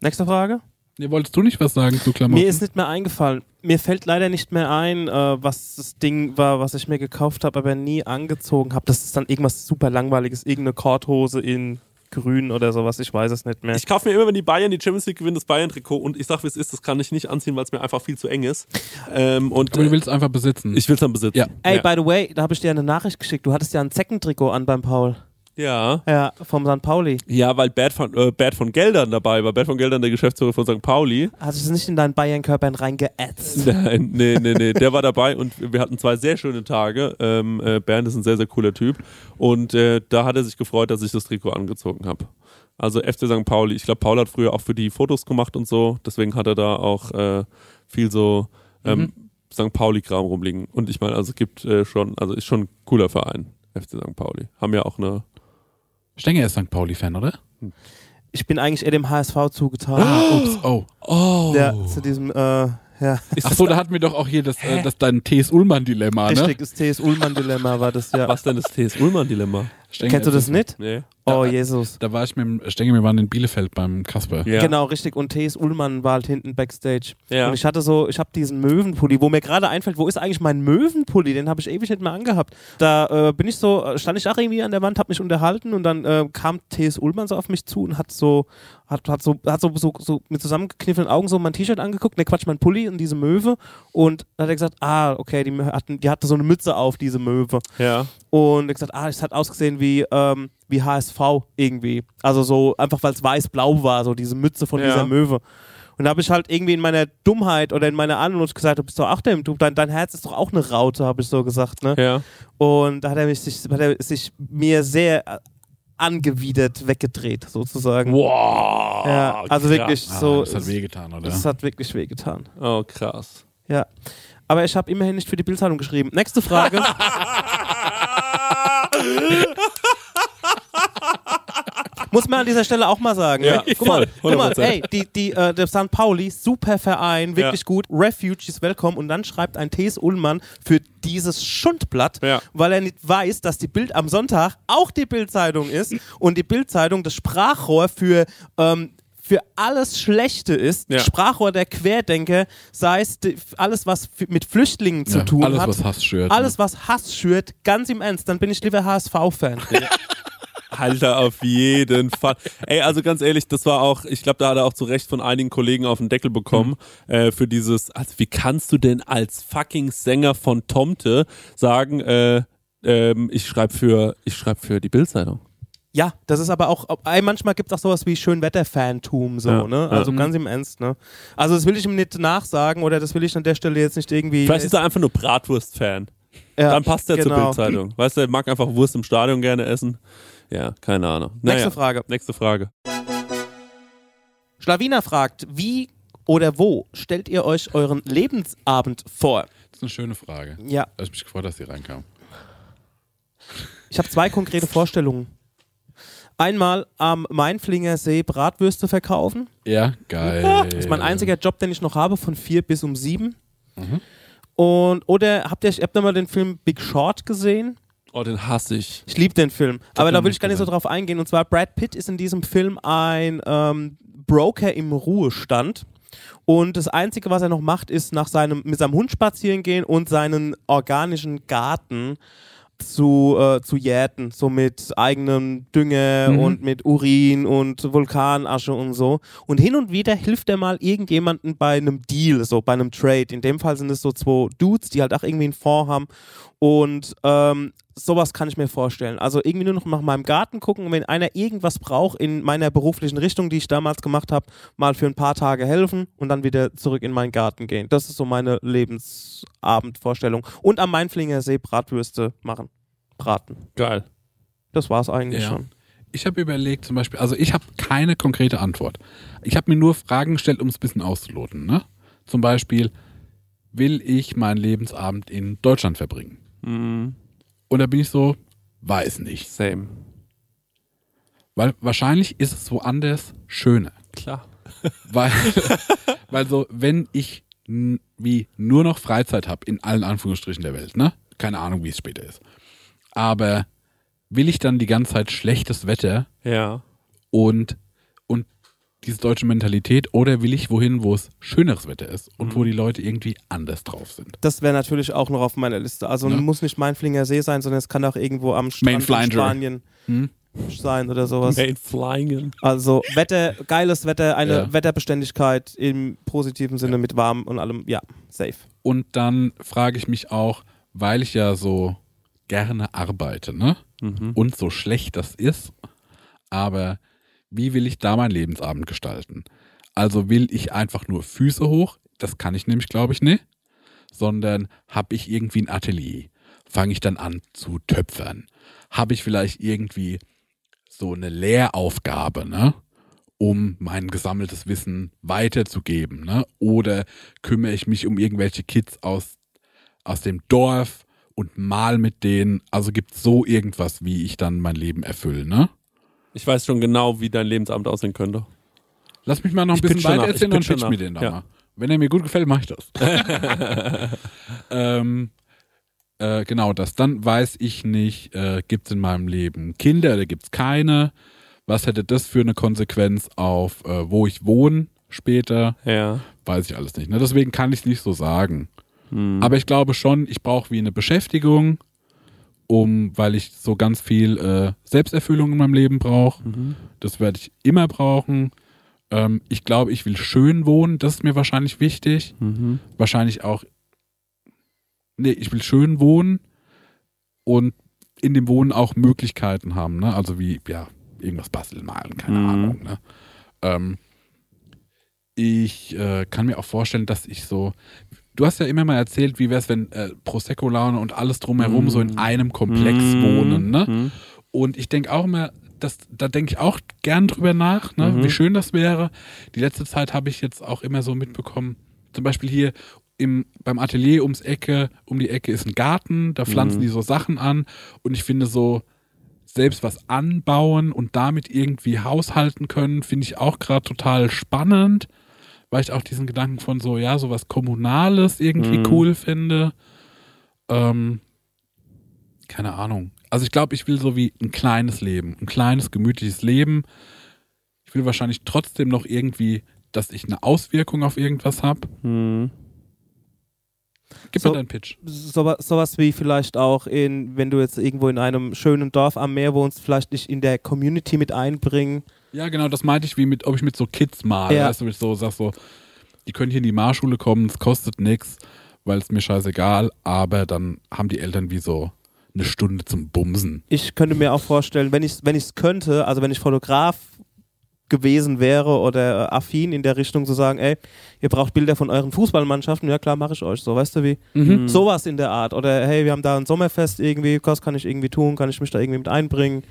S4: Nächste Frage.
S2: Nee, wolltest du nicht was sagen zu Klamotten?
S4: Mir ist nicht mehr eingefallen. Mir fällt leider nicht mehr ein, äh, was das Ding war, was ich mir gekauft habe, aber nie angezogen habe. Das ist dann irgendwas super langweiliges, irgendeine Korthose in grün oder sowas. Ich weiß es nicht mehr.
S3: Ich kaufe mir immer, wenn die Bayern die Champions League gewinnen, das Bayern-Trikot und ich sag, wie es ist, das kann ich nicht anziehen, weil es mir einfach viel zu eng ist. Ähm, und
S2: aber du
S3: äh,
S2: willst einfach besitzen.
S3: ich will es dann besitzen.
S2: Ja.
S4: Ey,
S3: ja.
S4: by the way, da habe ich dir eine Nachricht geschickt. Du hattest ja ein Zeckentrikot an beim Paul.
S3: ja.
S4: Ja, vom St. Pauli.
S3: Ja, weil Bert von, äh, Bert von Geldern dabei war. Bert von Geldern, der Geschäftsführer von St. Pauli. (laughs)
S4: Hast du es nicht in deinen Bayernkörpern reingeätzt?
S3: Nein, nee, nee, nee. Der war dabei und wir hatten zwei sehr schöne Tage. Ähm, äh, Bernd ist ein sehr, sehr cooler Typ. Und äh, da hat er sich gefreut, dass ich das Trikot angezogen habe. Also FC St. Pauli. Ich glaube, Paul hat früher auch für die Fotos gemacht und so. Deswegen hat er da auch äh, viel so ähm, St. Pauli-Kram rumliegen. Und ich meine, also es gibt äh, schon, also ist schon ein cooler Verein, FC St. Pauli. Haben ja auch eine.
S2: Stenger ist St. Pauli-Fan, oder?
S4: Ich bin eigentlich eher dem HSV zugetan.
S2: Ups, oh.
S3: Oh!
S4: Ja, zu diesem, äh, ja.
S2: Ach
S4: (laughs)
S2: so, da hatten wir doch auch hier das, äh, das dein T.S. Ullmann-Dilemma, ne?
S4: Richtig, das TS Ullmann-Dilemma war das, ja.
S3: Was denn das TS Ullmann-Dilemma?
S2: Stenger
S4: Kennst du
S2: ist
S4: das nicht?
S3: Nee.
S4: Oh, Jesus.
S2: Da war ich mit dem Stenger, wir waren in Bielefeld beim Kasper.
S3: Ja.
S4: Genau, richtig. Und T.S. Ullmann war halt hinten Backstage.
S3: Ja.
S4: Und ich hatte so, ich habe diesen Möwenpulli, wo mir gerade einfällt, wo ist eigentlich mein Möwenpulli? Den habe ich ewig nicht mehr angehabt. Da äh, bin ich so, äh, stand ich auch irgendwie an der Wand, habe mich unterhalten und dann äh, kam T.S. Ullmann so auf mich zu und hat so, hat, hat so, hat so, so, so mit zusammengekniffenen Augen so mein T-Shirt angeguckt, ne Quatsch, mein Pulli und diese Möwe. Und dann hat er gesagt, ah, okay, die, Mö- hatten, die hatte so eine Mütze auf, diese Möwe.
S3: Ja.
S4: Und er gesagt, ah, es hat ausgesehen wie, ähm, wie HSV irgendwie. Also so, einfach weil es weiß-blau war, so diese Mütze von
S3: Ja.
S4: dieser Möwe. Und da habe ich halt irgendwie in meiner Dummheit oder in meiner Anmut gesagt, du bist doch auch dem, du, dein, dein Herz ist doch auch eine Raute, habe ich so gesagt. Ne?
S3: Ja.
S4: Und da hat er, mich, sich, hat er sich mir sehr äh, angewidert weggedreht, sozusagen.
S3: Wow!
S4: ja, also
S3: krass.
S4: wirklich
S2: Ah,
S4: so.
S2: das hat wehgetan, oder?
S4: das hat wirklich wehgetan.
S3: Oh, krass.
S4: Ja. Aber ich habe immerhin nicht für die Bildzeitung geschrieben. Nächste
S3: (laughs)
S4: Frage. Muss man an dieser Stelle auch mal sagen.
S3: Ja,
S4: ne? guck mal,
S3: voll,
S4: guck mal
S3: 100%.
S4: ey, die, die, äh, der St. Pauli, super Verein, wirklich
S3: Ja.
S4: gut. Refugees welcome. Und dann schreibt ein T.S. Ullmann für dieses Schundblatt,
S3: Ja.
S4: weil er nicht weiß, dass die Bild am Sonntag auch die Bildzeitung ist und die Bildzeitung das Sprachrohr für. Ähm, für alles Schlechte ist,
S3: Ja.
S4: Sprachrohr der Querdenker, sei es die- alles, was f- mit Flüchtlingen zu
S2: Ja,
S4: tun
S2: alles,
S4: hat,
S2: was Hass ne? schürt,
S3: ne?
S4: alles, was Hass schürt, ganz im Ernst, dann bin ich lieber HSV-Fan.
S3: Halter auf (laughs) jeden Fall. Ey, also ganz ehrlich, das war auch, ich glaube, da hat er auch zu Recht von einigen Kollegen auf den Deckel bekommen, äh, für dieses, also wie kannst du denn als fucking Sänger von Tomte sagen, äh, ähm, ich schreibe für, ich schreib für die Bildzeitung.
S4: Ja, das ist aber auch, ey, manchmal gibt es auch sowas wie Schönwetterfantum, so,
S3: Ja,
S4: ne?
S3: ja. Mhm.
S4: Also ganz im Ernst, ne? Also das will ich ihm nicht nachsagen oder das will ich an der Stelle jetzt nicht irgendwie.
S3: Vielleicht ist er einfach nur Bratwurst-Fan.
S4: Ja,
S3: Dann passt er zur
S4: genau.
S3: Bildzeitung. Weißt du, er mag einfach Wurst im Stadion gerne essen. Ja, keine Ahnung. Naja,
S4: Nächste Frage.
S3: Nächste Frage.
S4: Schlawiner fragt, wie oder wo stellt ihr euch euren Lebensabend vor?
S2: Das ist eine schöne Frage.
S4: Ja,
S2: Da hab Ich mich gefreut, dass sie reinkam.
S4: ich habe zwei konkrete Vorstellungen. Einmal am Mainflinger See Bratwürste verkaufen.
S2: Ja, geil.
S4: Das ist mein einziger Job, den ich noch habe, von vier bis um sieben. Und, oder habt ihr, habt ihr mal den Film Big Short gesehen?
S3: Oh, den hasse ich.
S4: Ich liebe den Film. Aber da will ich gar nicht so
S3: gesehen.
S4: drauf eingehen. Und zwar, Brad Pitt ist in diesem Film ein ähm, Broker im Ruhestand. Und das Einzige, was er noch macht, ist nach seinem, mit seinem Hund spazieren gehen und seinen organischen Garten zu, äh, zu jäten. So mit eigenem Dünger und mit Urin und Vulkanasche und so. Und hin und wieder hilft er mal irgendjemanden bei einem Deal, so bei einem Trade. In dem Fall sind es so zwei Dudes, die halt auch irgendwie einen Fonds haben. Und ähm, sowas kann ich mir vorstellen. Also irgendwie nur noch nach meinem Garten gucken und wenn einer irgendwas braucht in meiner beruflichen Richtung, die ich damals gemacht habe, mal für ein paar Tage helfen und dann wieder zurück in meinen Garten gehen. Das ist so meine Lebensabendvorstellung. Und am Mainflinger See Bratwürste machen. Braten.
S3: Geil.
S4: Das war's eigentlich
S2: Ja.
S4: schon.
S2: Ich habe überlegt, zum Beispiel, also ich habe keine konkrete Antwort. Ich habe mir nur Fragen gestellt, um es ein bisschen auszuloten. Ne? Zum Beispiel, will ich meinen Lebensabend in Deutschland verbringen?
S3: Mm,
S2: Und da bin ich so, weiß nicht.
S3: same.
S2: Weil wahrscheinlich ist es woanders schöner.
S3: Klar.
S2: (laughs) Weil, weil so, wenn ich n- wie nur noch Freizeit habe, in allen Anführungsstrichen der Welt, ne? Keine Ahnung, wie es später ist. Aber will ich dann die ganze Zeit schlechtes Wetter
S3: Ja.
S2: und, und diese deutsche Mentalität oder will ich wohin, wo es schöneres Wetter ist und wo die Leute irgendwie anders drauf sind?
S4: Das wäre natürlich auch noch auf meiner Liste. Also
S2: Ja.
S4: muss nicht Mainflinger See sein, sondern es kann auch irgendwo am Strand in
S2: Mainflinger.
S4: Spanien
S2: Hm?
S4: sein oder sowas.
S3: Main Flying.
S4: Also Wetter, geiles Wetter, eine
S2: Ja.
S4: Wetterbeständigkeit im positiven Sinne mit warm und allem. Ja, safe.
S2: Und dann frage ich mich auch, weil ich ja so gerne arbeite, ne? Und so schlecht das ist, aber wie will ich da meinen Lebensabend gestalten? Also will ich einfach nur Füße hoch? Das kann ich nämlich, glaube ich, nicht. Sondern habe ich irgendwie ein Atelier? Fange ich dann an zu töpfern? Habe ich vielleicht irgendwie so eine Lehraufgabe, ne? um mein gesammeltes Wissen weiterzugeben? Ne? Oder kümmere ich mich um irgendwelche Kids aus aus dem Dorf und mal mit denen. Also gibt so irgendwas, wie ich dann mein Leben erfülle, ne?
S3: Ich weiß schon genau, wie dein Lebensabend aussehen könnte.
S2: Lass mich mal noch ein
S3: Ich
S2: bisschen
S3: pitch schon
S2: weiter
S3: nach, ich
S2: erzählen, dann
S3: pitch schon
S2: pitch
S3: nach.
S2: mir den da
S3: Ja.
S2: mal. Wenn er mir gut gefällt, mache ich
S3: (laughs)
S2: das. (laughs) ähm, äh, genau das. Dann weiß ich nicht, äh, gibt es in meinem Leben Kinder oder gibt es keine? Was hätte das für eine Konsequenz auf, äh, wo ich wohne später?
S3: Ja.
S2: Weiß ich alles nicht. Ne? Deswegen kann ich es nicht so sagen. Aber ich glaube schon, ich brauche wie eine Beschäftigung, um, weil ich so ganz viel äh, Selbsterfüllung in meinem Leben brauche. Das werde ich immer brauchen. Ähm, ich glaube, ich will schön wohnen. Das ist mir wahrscheinlich wichtig. Wahrscheinlich auch. Nee, ich will schön wohnen und in dem Wohnen auch Möglichkeiten haben. Ne? Also wie, ja, irgendwas basteln, malen, keine Ahnung. Ne? Ähm, ich äh, kann mir auch vorstellen, dass ich so. Du hast ja immer mal erzählt, wie wäre es, wenn äh, Prosecco-Laune und alles drumherum so in einem Komplex
S3: Mhm.
S2: wohnen. Ne? Und ich denke auch immer, das, da denke ich auch gern drüber nach, ne? wie schön das wäre. Die letzte Zeit habe ich jetzt auch immer so mitbekommen, zum Beispiel hier im, beim Atelier ums Ecke, um die Ecke ist ein Garten, da pflanzen die so Sachen an und ich finde so, selbst was anbauen und damit irgendwie haushalten können, finde ich auch gerade total spannend, weil ich auch diesen Gedanken von so, ja, so was Kommunales irgendwie cool finde. Ähm, keine Ahnung. Also ich glaube, ich will so wie ein kleines Leben, ein kleines, gemütliches Leben. Ich will wahrscheinlich trotzdem noch irgendwie, dass ich eine Auswirkung auf irgendwas habe. Gib
S4: So-
S2: mir deinen Pitch.
S4: so, sowas wie vielleicht auch in, wenn du jetzt irgendwo in einem schönen Dorf am Meer wohnst, vielleicht dich in der Community mit einbringen.
S2: Ja, genau, das meinte ich, wie mit, ob ich mit so Kids male.
S4: Ja.
S2: Weißt du, wenn ich so sag so, die können hier in die Malschule kommen, es kostet nichts, weil es mir scheißegal, aber dann haben die Eltern wie so eine Stunde zum Bumsen.
S4: Ich könnte mir auch vorstellen, wenn ich es wenn ich's könnte, also wenn ich Fotograf gewesen wäre oder äh, affin in der Richtung zu sagen, ey, ihr braucht Bilder von euren Fußballmannschaften, ja klar, mache ich euch so, weißt du wie?
S2: Mhm.
S4: Sowas in der Art. Oder hey, wir haben da ein Sommerfest irgendwie, was kann ich irgendwie tun, kann ich mich da irgendwie mit einbringen?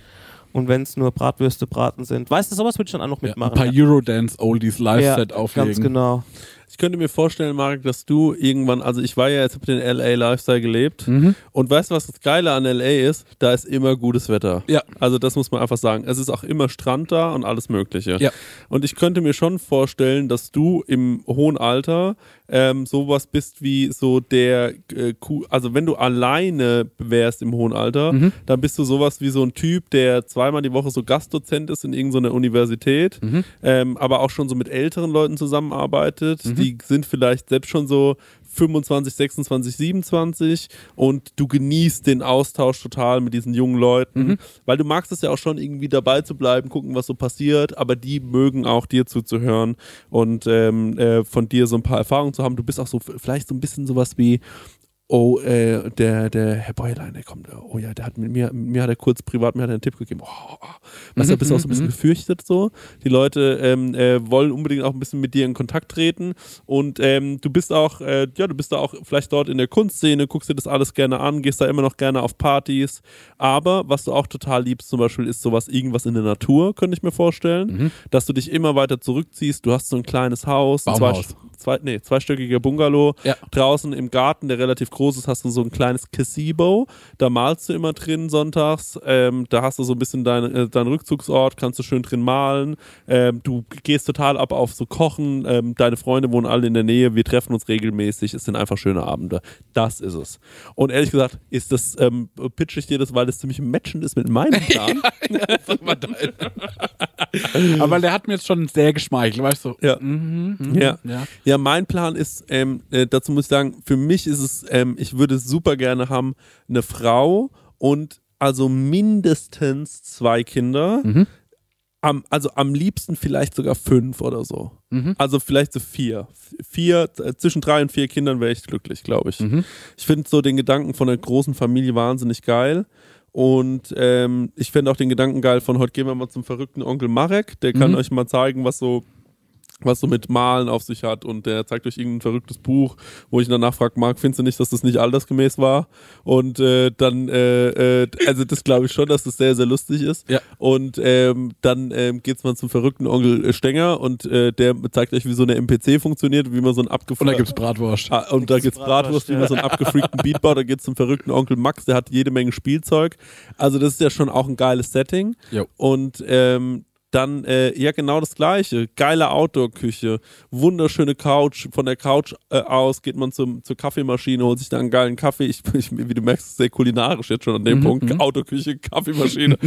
S4: Und wenn es nur Bratwürste braten sind. Weißt du, sowas würde ich dann auch noch
S2: Ja, ein
S4: mitmachen.
S2: paar Eurodance Oldies Live-Set auflegen.
S4: ganz genau.
S3: Ich könnte mir vorstellen, Marc, dass du irgendwann, also ich war ja jetzt mit den LA Lifestyle gelebt und weißt du, was das Geile an LA ist? Da ist immer gutes Wetter.
S2: Ja.
S3: Also das muss man einfach sagen. Es ist auch immer Strand da und alles Mögliche.
S2: Ja.
S3: Und ich könnte mir schon vorstellen, dass du im hohen Alter ähm, sowas bist wie so der, äh, Ku- also wenn du alleine wärst im hohen Alter, dann bist du sowas wie so ein Typ, der zweimal die Woche so Gastdozent ist in irgendeiner Universität, ähm, aber auch schon so mit älteren Leuten zusammenarbeitet. Die sind vielleicht selbst schon so 25, 26, 27 und du genießt den Austausch total mit diesen jungen Leuten, weil du magst es ja auch schon irgendwie dabei zu bleiben, gucken, was so passiert, aber die mögen auch dir zuzuhören und ähm, äh, von dir so ein paar Erfahrungen zu haben. Du bist auch so f- vielleicht so ein bisschen sowas wie Oh, äh, der, der Herr Bäuerlein, der kommt. Oh ja, der hat mit mir, mir hat er kurz privat, mir hat er einen Tipp gegeben. Oh, oh. Weißt du, da bist du auch so ein bisschen gefürchtet so. Die Leute ähm, äh, wollen unbedingt auch ein bisschen mit dir in Kontakt treten und ähm, du bist auch, äh, ja, du bist da auch vielleicht dort in der Kunstszene, guckst dir das alles gerne an, gehst da immer noch gerne auf Partys. Aber was du auch total liebst zum Beispiel ist sowas, irgendwas in der Natur, könnte ich mir vorstellen, dass du dich immer weiter zurückziehst. Du hast so ein kleines Haus, ein
S2: Baumhaus.
S3: zwei, zwei, nee, zweistöckiger Bungalow.
S2: Ja.
S3: Draußen im Garten, der relativ groß ist, hast du so ein kleines Gazebo. Da malst du immer drin sonntags. Ähm, da hast du so ein bisschen dein, äh, deinen Rückzugsort, kannst du schön drin malen. Ähm, du gehst total ab auf so Kochen. Ähm, deine Freunde wohnen alle in der Nähe. Wir treffen uns regelmäßig. Es sind einfach schöne Abende. Das ist es. Und ehrlich gesagt, ist das, ähm, pitch ich dir das, weil das ziemlich matchend ist mit meinem Plan.
S2: Aber der hat mir jetzt schon sehr geschmeichelt, weißt du?
S3: Mhm.
S2: Mhm,
S3: Ja. Ja.
S2: Ja.
S3: ja. mein Plan ist, ähm, äh, dazu muss ich sagen, für mich ist es, ähm, ich würde super gerne haben, eine Frau und also mindestens zwei Kinder. Am, also am liebsten vielleicht sogar fünf oder so. Also vielleicht so vier. F- Vier, äh, zwischen drei und vier Kindern wäre ich glücklich, glaube ich. Ich finde so den Gedanken von einer großen Familie wahnsinnig geil. Und ähm, ich fände auch den Gedanken geil von heute gehen wir mal zum verrückten Onkel Marek. Der kann euch mal zeigen, was so was so mit Malen auf sich hat und der zeigt euch irgendein verrücktes Buch, wo ich ihn danach frage, Marc, findest du nicht, dass das nicht altersgemäß war? Und äh, dann, äh, äh, also das glaube ich schon, dass das sehr, sehr lustig ist.
S2: Ja.
S3: Und ähm, dann ähm, geht's mal zum verrückten Onkel Stenger und äh, der zeigt euch, wie so eine MPC funktioniert, wie man so ein
S2: Und da
S3: abgefunden
S2: gibt's Bratwurst.
S3: Ah, und da gibt's Bratwurst, wie man so einen abgefreakten Beat baut. Da geht's zum verrückten Onkel Max, der hat jede Menge Spielzeug. Also das ist ja schon auch ein geiles Setting.
S2: Jo.
S3: Und ähm, dann, äh, ja genau das gleiche. Geile Outdoor-Küche, wunderschöne Couch. Von der Couch äh, aus geht man zum, zur Kaffeemaschine, holt sich da einen geilen Kaffee. Ich, (laughs) ich, wie du merkst, sehr kulinarisch jetzt schon an dem Punkt. Outdoor-Küche, Kaffeemaschine,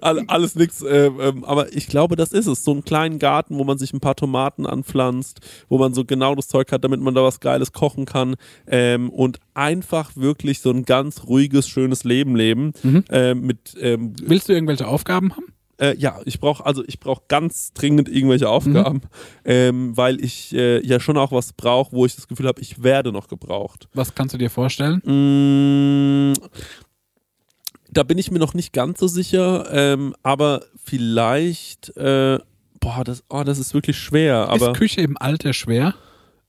S3: all, alles nix. Äh, ähm, aber ich glaube, das ist es. So einen kleinen Garten, wo man sich ein paar Tomaten anpflanzt, wo man so genau das Zeug hat, damit man da was Geiles kochen kann. Ähm, und einfach wirklich so ein ganz ruhiges, schönes Leben leben. Ähm, mit ähm,
S2: Willst du irgendwelche Aufgaben haben?
S3: äh, ja, ich brauche also ich brauche ganz dringend irgendwelche Aufgaben, ähm, weil ich äh, ja schon auch was brauche, wo ich das Gefühl habe, ich werde noch gebraucht.
S2: Was kannst du dir vorstellen?
S3: Mm, da bin ich mir noch nicht ganz so sicher, ähm, aber vielleicht äh, boah, das oh, das ist wirklich schwer, aber
S2: ist Küche im Alter schwer?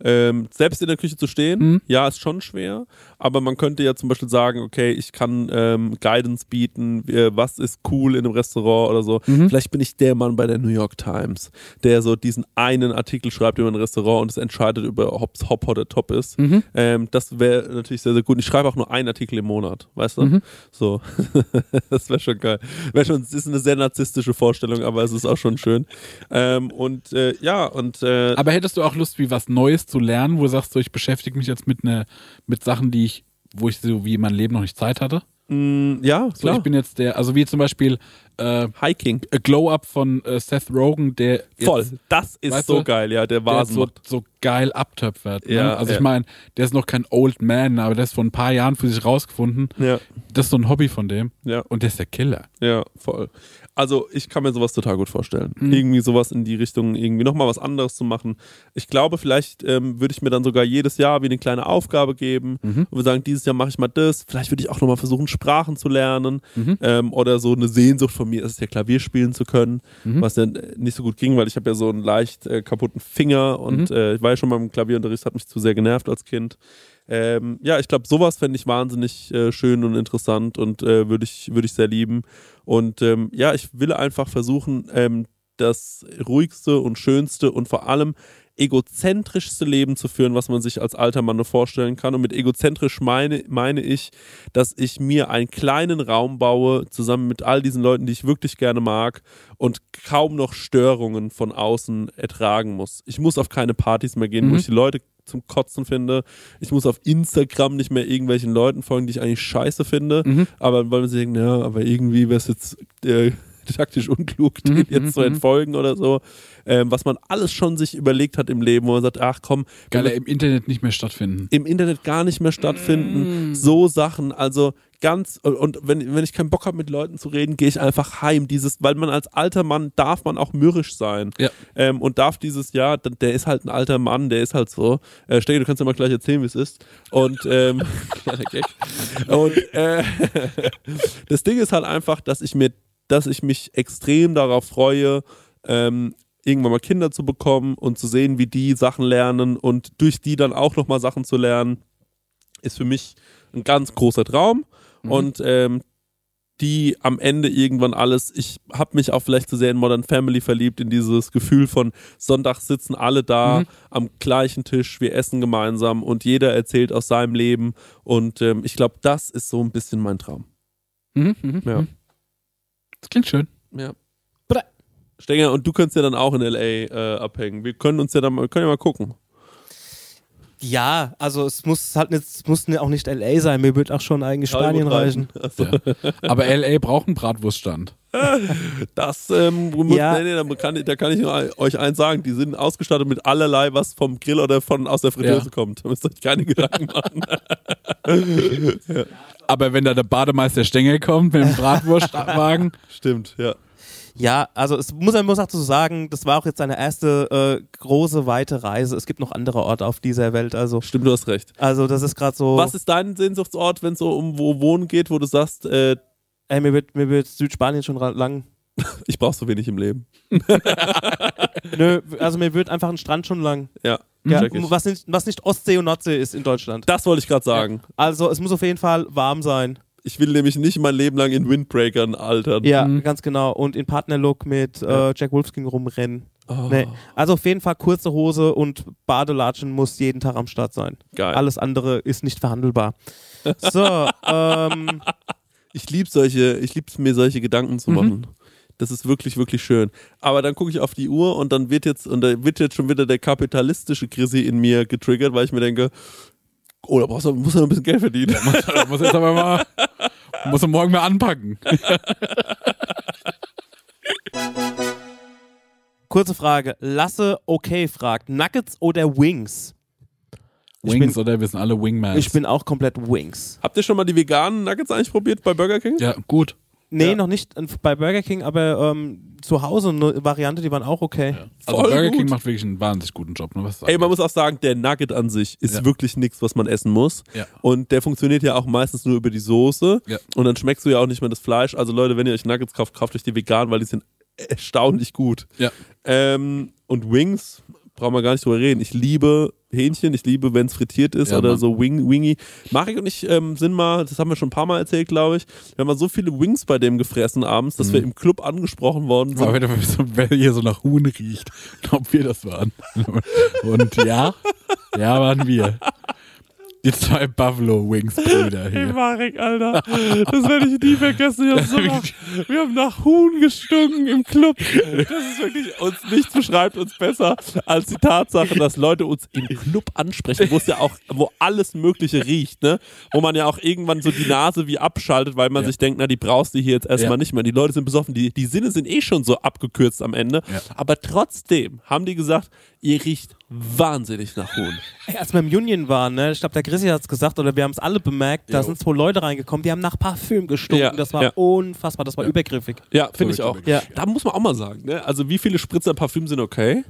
S3: ähm, selbst in der Küche zu stehen,
S2: Mhm.
S3: ja, ist schon schwer. Aber man könnte ja zum Beispiel sagen, okay, ich kann ähm, Guidance bieten, äh, was ist cool in einem Restaurant oder so. Vielleicht bin ich der Mann bei der New York Times, der so diesen einen Artikel schreibt über ein Restaurant und es entscheidet über, ob es Hop oder Top ist. Ähm, das wäre natürlich sehr, sehr gut. Und Ich schreibe auch nur einen Artikel im Monat, weißt du? So, (laughs) das wäre schon geil. Wär schon, es ist eine sehr narzisstische Vorstellung, aber es ist auch schon schön. Ähm, und äh, ja, und äh,
S2: Aber hättest du auch Lust, wie was Neues zu lernen, wo du sagst, so, ich beschäftige mich jetzt mit, ne, mit Sachen, die ich, wo ich so wie mein Leben noch nicht Zeit hatte?
S3: mh, ja,
S2: So,
S3: klar.
S2: ich bin jetzt der, also wie zum Beispiel äh,
S3: Hiking.
S2: A Glow-Up von äh, Seth Rogen, der jetzt,
S3: Voll. Das ist
S2: weißt
S3: so
S2: du,
S3: geil, ja, der
S2: der jetzt
S3: Vasen.
S2: so,
S3: macht-
S2: so geil abtöpfert. Ne?
S3: Ja,
S2: also
S3: ja.
S2: ich meine, der ist noch kein Old Man, aber der ist vor ein paar Jahren für sich rausgefunden.
S3: Ja,
S2: Das ist so ein Hobby von dem.
S3: ja,
S2: Und der ist der Killer.
S3: ja, voll. Also, ich kann mir sowas total gut vorstellen. Irgendwie sowas in die Richtung, irgendwie nochmal was anderes zu machen. Ich glaube, vielleicht ähm, würde ich mir dann sogar jedes Jahr wie eine kleine Aufgabe geben und wir sagen, dieses Jahr mache ich mal das. Vielleicht würde ich auch nochmal versuchen, Sprachen zu lernen ähm, oder so eine Sehnsucht von mir ist es ja, Klavier spielen zu können, was dann äh, nicht so gut ging, weil ich habe ja so einen leicht äh, kaputten Finger und äh, ich war ja schon beim Klavierunterricht, hat mich zu sehr genervt als Kind. Ähm, ja, ich glaube, sowas fände ich wahnsinnig äh, schön und interessant und äh, würde ich, würd ich sehr lieben. Und ähm, ja, ich will einfach versuchen, ähm, das ruhigste und schönste und vor allem egozentrischste Leben zu führen, was man sich als alter Mann nur vorstellen kann. Und mit egozentrisch meine, meine ich, dass ich mir einen kleinen Raum baue, zusammen mit all diesen Leuten, die ich wirklich gerne mag und kaum noch Störungen von außen ertragen muss. Ich muss auf keine Partys mehr gehen, wo
S2: Mhm.
S3: ich die Leute zum Kotzen finde. Ich muss auf Instagram nicht mehr irgendwelchen Leuten folgen, die ich eigentlich scheiße finde.
S2: Mhm.
S3: Aber weil man sich denkt, ja, aber irgendwie wäre es jetzt äh, (laughs) taktisch unklug, den
S2: Mhm,
S3: jetzt zu
S2: mhm.
S3: entfolgen oder so. Ähm, was man alles schon sich überlegt hat im Leben, wo man sagt, ach komm,
S2: Geil,
S3: wenn wir
S2: er im Internet nicht mehr stattfinden.
S3: im Internet gar nicht mehr stattfinden. So Sachen, also ganz und wenn, wenn ich keinen Bock habe mit Leuten zu reden, gehe ich einfach heim. Dieses, weil man als alter Mann darf man auch mürrisch sein
S2: Ja.
S3: ähm, und darf dieses Jahr, d- der ist halt ein alter Mann, der ist halt so. Äh, Stecke, du kannst ja mal gleich erzählen, wie es ist. Und ähm, kleiner Gag. Und äh, (laughs) das Ding ist halt einfach, dass ich mir, dass ich mich extrem darauf freue, ähm, irgendwann mal Kinder zu bekommen und zu sehen, wie die Sachen lernen und durch die dann auch nochmal Sachen zu lernen, ist für mich ein ganz großer Traum. Und ähm, die am Ende irgendwann alles, ich habe mich auch vielleicht zu sehr in Modern Family verliebt, in dieses Gefühl von Sonntag sitzen alle da am gleichen Tisch, wir essen gemeinsam und jeder erzählt aus seinem Leben. Und ähm, ich glaube, das ist so ein bisschen mein Traum.
S2: Mhm, mhm,
S3: Ja.
S2: mhm. Das klingt schön.
S3: Ja.
S4: Bre-
S3: Stenger, und du kannst ja dann auch in LA äh, abhängen. Wir können uns ja dann mal, können ja mal gucken.
S4: Ja, also es muss halt nicht, es muss ne- auch nicht LA sein, mir würde auch schon eigentlich Spanien reichen.
S3: (laughs) Also,
S2: Ja. (laughs) Aber LA braucht einen Bratwurststand.
S3: Das ähm, muss,
S4: Ja.
S3: nee, nee, da, kann, da kann ich nur ein- euch eins sagen. Die sind ausgestattet mit allerlei, was vom Grill oder von aus der Fritteuse
S2: Ja.
S3: kommt. Da müsst ihr euch keine Gedanken machen.
S2: Aber wenn da der Bademeister Stängel kommt mit
S3: (laughs)
S2: dem Bratwurstwagen,
S3: Stimmt, ja.
S4: Ja, also es muss man muss auch so sagen, das war auch jetzt seine erste äh, große weite Reise. Es gibt noch andere Orte auf dieser Welt, also
S3: Stimmt, du hast recht.
S4: also das ist gerade so.
S3: Was ist dein Sehnsuchtsort, wenn es so um wo Wohnen geht, wo du sagst, äh,
S4: Ey, mir wird mir wird Südspanien schon ra- lang
S3: Ich brauche so wenig im Leben.
S4: Nö, also mir wird einfach ein Strand schon lang.
S3: Ja,
S4: Ja,
S3: Mhm. check ich.
S4: was, nicht, was nicht Ostsee und Nordsee ist in Deutschland.
S3: Das wollte ich gerade sagen.
S4: Also es muss auf jeden Fall warm sein.
S3: Ich will nämlich nicht mein Leben lang in Windbreakern altern.
S4: Ja, ganz genau. Und in Partnerlook mit äh, Jack Wolfskin rumrennen.
S3: Oh,
S4: Nee. Also auf jeden Fall kurze Hose und Badelatschen muss jeden Tag am Start sein.
S3: Geil.
S4: Alles andere ist nicht verhandelbar.
S3: (laughs)
S4: So, ähm,
S3: Ich liebe solche, ich lieb's mir solche Gedanken
S4: Mhm.
S3: zu machen. Das ist wirklich, wirklich schön. Aber dann gucke ich auf die Uhr und dann wird jetzt, und da wird jetzt schon wieder der kapitalistische Chrissy in mir getriggert, weil ich mir denke, oh, da brauchst du, musst du noch ein bisschen Geld
S4: (laughs)
S3: verdienen.
S2: Da muss jetzt aber mal, muss er morgen mal anpacken.
S4: kurze Frage. Lasse okay fragt, Nuggets oder Wings? Ich
S2: Wings,
S4: bin-
S2: oder? Wir sind alle Wingmans.
S4: Ich bin auch komplett Wings.
S3: Habt ihr schon mal die veganen Nuggets eigentlich probiert bei Burger King?
S2: ja, gut.
S4: Nee,
S3: Ja.
S4: noch nicht äh, bei Burger King, aber ähm, zu Hause eine Variante, die waren auch okay.
S2: Also
S3: Voll
S2: Burger
S3: gut.
S2: King macht wirklich einen wahnsinnig guten Job. Ne? Was
S3: Ey, man muss auch sagen, der Nugget an sich ist
S2: Ja.
S3: wirklich nichts, was man essen muss.
S2: Ja.
S3: Und der funktioniert ja auch meistens nur über die Soße.
S2: Ja.
S3: Und dann schmeckst du ja auch nicht mehr das Fleisch. Also Leute, wenn ihr euch Nuggets kauft, kauft euch die veganen, weil die sind erstaunlich gut.
S2: ja.
S3: Ähm, und Wings, brauchen wir gar nicht drüber reden. Ich liebe Hähnchen, ich liebe, wenn es frittiert ist
S2: Ja,
S3: oder
S2: Mann.
S3: so wing, wingy. Marek und ich ähm, sind mal, das haben wir schon ein paar Mal erzählt, glaube ich, wir haben mal so viele Wings bei dem gefressen abends, dass wir im Club angesprochen worden sind.
S2: Mhm. Aber wenn, so, wenn hier so nach Huhn riecht, (laughs) ob wir das waren. Und ja, ja, waren wir. Die zwei Buffalo Wings Brüder hier.
S3: Marek, (laughs) Alter, das werde ich nie vergessen. Wir haben, so nach, wir haben nach Huhn gestunken im Club. Das ist wirklich, uns nichts beschreibt uns besser als die Tatsache, dass Leute uns im Club ansprechen, wo es ja auch, wo alles Mögliche riecht, ne? Wo man ja auch irgendwann so die Nase wie abschaltet, weil man
S2: Ja.
S3: sich denkt, na, die brauchst du hier jetzt erstmal
S2: Ja.
S3: nicht mehr. Die Leute sind besoffen, die, die Sinne sind eh schon so abgekürzt am Ende.
S2: Ja.
S3: Aber trotzdem haben die gesagt, ihr riecht wahnsinnig nach Huhn.
S4: Ey, als wir im Union waren, ne, ich glaube, der Chrissy hat es gesagt oder wir haben es alle bemerkt, da sind zwei Leute reingekommen, die haben nach Parfüm gestunken.
S3: Ja,
S4: das war
S3: ja.
S4: unfassbar, das war übergriffig.
S3: Ja, finde ich auch.
S4: Ja.
S3: Da muss man auch mal sagen, ne? Also wie viele Spritzer Parfüm sind okay?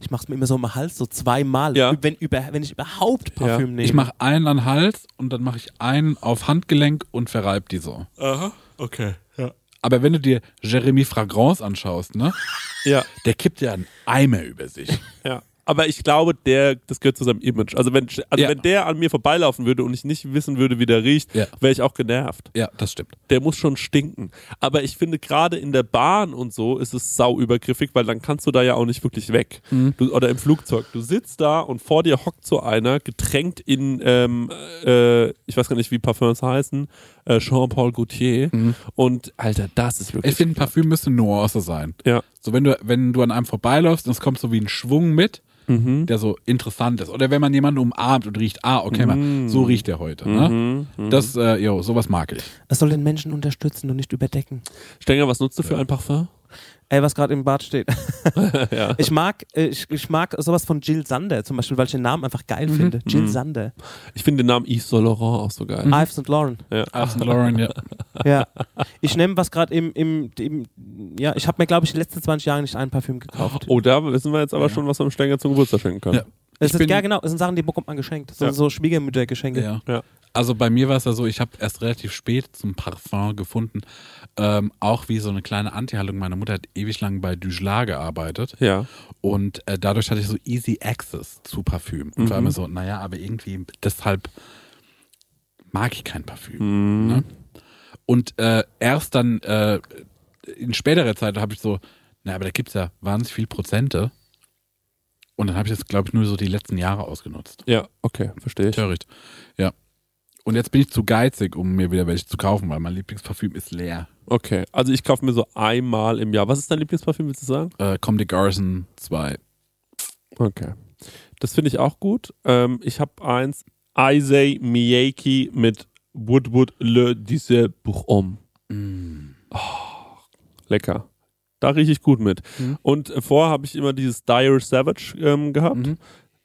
S4: Ich mach's mir immer so im Hals, so zweimal,
S3: Ja.
S4: wenn, über, wenn ich überhaupt Parfüm
S3: Ja.
S4: nehme.
S2: Ich mache einen an Hals und dann mache ich einen auf Handgelenk und verreib die so.
S3: Aha, okay. Ja.
S2: Aber wenn du dir Jeremy Fragrance anschaust, ne,
S3: Ja,
S2: der kippt ja einen Eimer über sich.
S3: ja. Aber ich glaube, der, das gehört zu seinem Image. Also wenn, also
S2: Ja.
S3: wenn der an mir vorbeilaufen würde und ich nicht wissen würde, wie der riecht,
S2: Ja.
S3: wäre ich auch genervt.
S2: Ja, das stimmt.
S3: Der muss schon stinken. Aber ich finde, gerade in der Bahn und so ist es sau übergriffig, weil dann kannst du da ja auch nicht wirklich weg.
S2: Mhm.
S3: Du, oder im Flugzeug. Du sitzt da und vor dir hockt so einer, getränkt in, ähm, äh, ich weiß gar nicht, wie Parfums heißen, äh, Jean-Paul Gaultier. Und Alter, das ist wirklich.
S2: Mhm. Ich finde, ein Parfüm müsste Nuance sein.
S3: ja.
S2: So, wenn du, wenn du an einem vorbeiläufst und es kommt so wie ein Schwung mit,
S4: Mhm.
S2: der so interessant ist. Oder wenn man jemanden umarmt und riecht, ah, okay,
S4: Mhm.
S2: man, so riecht er heute. Ne? Das, äh, jo, sowas mag ich.
S4: es soll den Menschen unterstützen und nicht überdecken.
S3: Stenger, was nutzt du für
S2: (laughs)
S3: ein Parfum?
S4: Ey, was gerade im Bad steht. Ich mag, äh, ich, ich mag sowas von Jill Sander zum Beispiel, weil ich den Namen einfach geil
S2: Mhm.
S4: finde. Jill Sander.
S3: Ich finde den Namen Yves Saint Laurent auch so
S2: Mhm.
S3: geil.
S4: Ives und Lauren.
S3: Ja.
S2: Ah, Absolut, Lauren, ja.
S4: Ja. Ich nehme was gerade im, im, im, ja, ich habe mir, glaube ich, die letzten 20 Jahre nicht ein Parfüm gekauft.
S3: Oh, da wissen wir jetzt aber schon, was wir dem Stenger zum Geburtstag schenken können.
S2: Ja.
S4: Es
S2: Ich
S4: ist,
S2: bin-
S4: ja, genau, es sind Sachen, die bekommt man geschenkt. So,
S3: Ja.
S4: so Schwiegermüttergeschenke.
S2: ja.
S3: Ja.
S2: Also bei mir war es ja so, ich habe erst relativ spät zum Parfum gefunden. Ähm, auch wie so eine kleine Anti-Haltung. Meine Mutter hat ewig lang bei Dujla gearbeitet.
S3: Ja.
S2: Und äh, dadurch hatte ich so easy access zu Parfüm. Und
S4: Mhm.
S2: war immer so, naja, aber irgendwie deshalb mag ich kein Parfüm.
S3: Mhm.
S2: Ne? Und äh, erst dann äh, in späterer Zeit habe ich so, na, aber da gibt es ja wahnsinnig viel Prozente. Und dann habe ich das, glaube ich, nur so die letzten Jahre ausgenutzt.
S3: Ja, okay, verstehe ich.
S2: Töricht. Ja. Und jetzt bin ich zu geizig, um mir wieder welche zu kaufen, weil mein Lieblingsparfüm ist leer.
S3: Okay, also ich kaufe mir so einmal im Jahr. Was ist dein Lieblingsparfüm, willst du sagen?
S2: Äh, Comme de Garson 2.
S3: Okay. Das finde ich auch gut. Ähm, ich habe eins, Isay Miyake mit Woodwood Le Disse Buchom. Oh, lecker. Da rieche ich gut mit. Und äh, vorher habe ich immer dieses Dire Savage ähm, gehabt.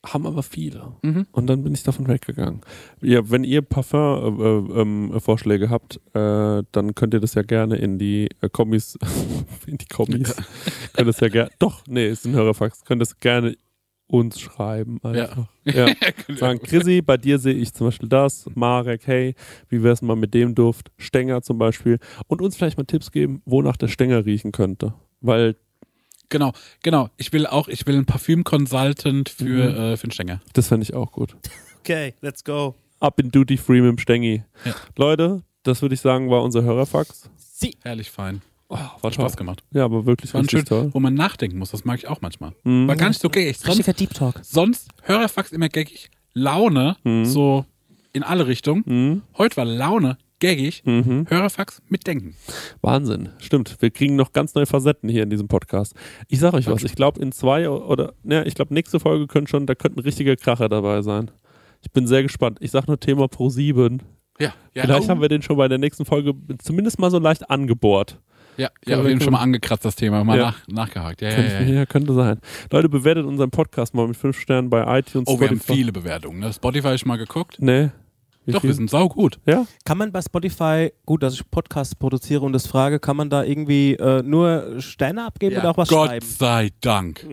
S3: Haben aber viele. Und dann bin ich davon weggegangen. Ja, wenn ihr äh, Parfum-Vorschläge ähm, habt, äh, dann könnt ihr das ja gerne in die äh, Kommis. (laughs) in die Kommis. könnt ihr das ja gerne. Doch, nee, ist ein Hörerfax. Könnt ihr das gerne uns schreiben.
S2: (laughs)
S3: Einfach. Ja.
S2: Könnt ihr
S3: Sagen, Chrissy, bei dir sehe ich zum Beispiel das, Marek, hey, wie wär's mal mit dem Duft, Stenger zum Beispiel. Und uns vielleicht mal Tipps geben, wonach der Stenger riechen könnte. Weil
S2: Genau, genau. Ich will auch, ich will einen Parfüm-Consultant für, äh, für den Stenger.
S3: das fände ich auch gut.
S4: Okay, let's go.
S3: Ab in Duty Free mit dem Stengi.
S2: Ja.
S3: Leute, das würde ich sagen, war unser Hörerfax.
S4: Sie.
S2: Herrlich fein.
S3: Oh,
S2: Hat Spaß gemacht.
S3: Ja, aber wirklich
S2: War ein
S3: richtig
S2: schön,
S3: toll.
S2: wo man nachdenken muss. Das mag ich auch manchmal. War gar nicht so geckig. Sonst,
S4: Richtiger Deep Talk.
S2: sonst Hörerfax immer geckig. Laune,
S3: Mhm.
S2: so in alle Richtungen. Heute war Laune geckig.
S3: Mhm.
S2: Hörerfax mit Denken.
S3: Wahnsinn, stimmt. Wir kriegen noch ganz neue Facetten hier in diesem Podcast. Ich sage euch was, ich glaube in zwei oder, ja, ich glaube nächste Folge könnte schon, da könnte ein richtiger Kracher dabei sein. Ich bin sehr gespannt. Ich sage nur Thema Pro 7.
S2: Ja, ja.
S3: Vielleicht
S2: oh.
S3: haben wir den schon bei der nächsten Folge zumindest mal so leicht angebohrt.
S2: ja, ja, wir haben schon mal angekratzt, das Thema. Mal
S3: Ja.
S2: nach, nachgehakt. Ja, ja,
S3: Könnte,
S2: ja, ja.
S3: ja, könnte sein. Leute, bewertet unseren Podcast mal mit 5 Sternen bei iTunes.
S2: Oh, wir haben
S3: Spotify.
S2: viele Bewertungen. Ne? Spotify ich mal geguckt.
S3: Nee. Wie
S2: Doch,
S3: viel?
S2: wir sind saugut.
S3: Ja?
S4: Kann man bei Spotify, gut, dass ich Podcasts produziere und das frage, kann man da irgendwie äh, nur Sterne abgeben oder auch was
S2: Gott
S4: schreiben?
S2: sei Dank.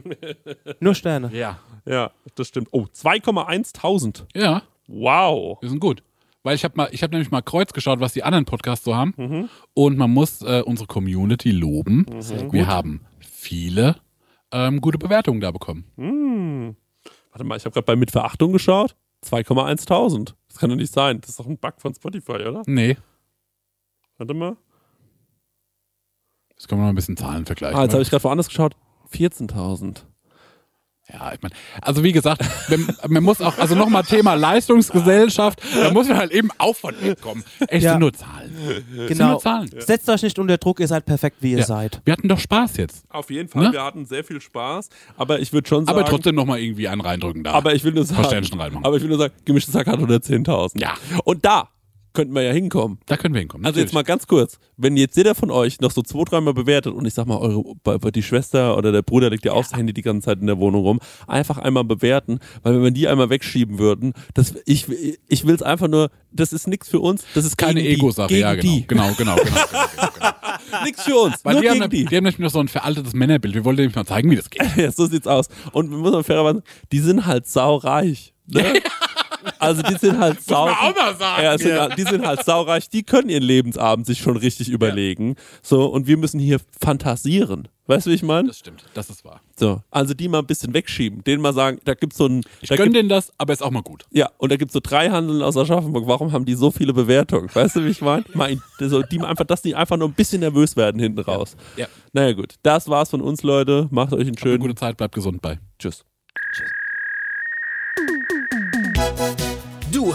S4: Nur Sterne.
S2: Ja.
S3: Ja, das stimmt. Oh, 2,1.000.
S2: Ja.
S3: Wow.
S2: Wir sind gut. Weil ich habe mal, ich habe nämlich mal kreuz geschaut, was die anderen Podcasts so haben.
S3: Mhm.
S2: Und man muss äh, unsere Community loben. Wir haben viele ähm, gute Bewertungen da bekommen.
S3: Hm. Warte mal, ich habe gerade bei Mit Verachtung geschaut. 2,1.000. Das kann doch nicht sein. Das ist doch ein Bug von Spotify, oder?
S2: Nee,
S3: Warte mal.
S2: jetzt können wir noch ein bisschen Zahlen vergleichen.
S3: Ah, jetzt
S2: oder?
S3: habe ich gerade woanders geschaut. 14.000.
S2: ja, ich meine, also wie gesagt, wenn, man muss auch, also nochmal Thema Leistungsgesellschaft, da muss man halt eben auch von wegkommen. Echt
S4: Ja.
S2: sind nur Zahlen. Sind
S4: Genau.
S2: nur Zahlen.
S4: Setzt euch nicht unter Druck, ihr seid perfekt, wie ihr
S2: Ja.
S4: seid.
S2: Wir hatten doch Spaß jetzt.
S3: Auf jeden Fall.
S2: Ne?
S3: Wir hatten sehr viel Spaß. Aber ich würde schon sagen.
S2: Aber trotzdem nochmal irgendwie einen reindrücken da.
S3: Aber ich will nur sagen.
S2: Verständchen reinmachen.
S3: Aber ich will nur sagen, gemischtes Hack hat 110.000.
S2: Ja.
S3: Und da könnten wir ja hinkommen.
S2: da können wir hinkommen.
S3: Also jetzt mal ganz kurz, wenn jetzt jeder von euch noch so zwei, dreimal bewertet und ich sag mal, eure, bei- bei- die Schwester oder der Bruder legt ja auch das Handy die ganze Zeit in der Wohnung rum, einfach einmal bewerten, weil wenn wir die einmal wegschieben würden, das, ich, ich will es einfach nur, das ist nichts für uns, das ist
S2: keine
S3: gegen die,
S2: Ego-Sache,
S3: gegen
S2: ja, genau.
S3: die.
S2: Genau, genau, genau.
S3: (laughs) Nichts für uns,
S2: Weil
S3: nur
S2: wir haben,
S3: gegen
S2: die.
S3: die.
S2: wir haben nämlich noch so ein veraltetes Männerbild. Wir wollten nämlich mal zeigen, wie das geht.
S3: (laughs) Ja, so sieht's aus. Und wir müssen fairerweise sagen, die sind halt saureich. Ne? Also die sind halt sau.
S2: man auch mal sagen.
S3: Ja, es sind, Die sind halt saureich, die können ihren Lebensabend sich schon richtig überlegen. So, und wir müssen hier fantasieren. Weißt du, wie ich meine?
S2: Das stimmt, das ist wahr.
S3: So. Also die mal ein bisschen wegschieben, denen mal sagen, da gibt's so ein.
S2: Ich
S3: da
S2: gönne
S3: gibt,
S2: denen das, aber ist auch mal gut.
S3: ja, und da gibt's so drei Handeln aus Aschaffenburg. Warum haben die so viele Bewertungen? Weißt du, wie ich meine? Mein, so, die einfach, dass die einfach nur ein bisschen nervös werden hinten raus.
S2: Ja.
S3: Naja, gut. Das war's von uns, Leute. Macht euch einen
S2: Eine
S3: schönen.
S2: gute Zeit, bleibt gesund bei.
S3: Tschüss.
S6: Du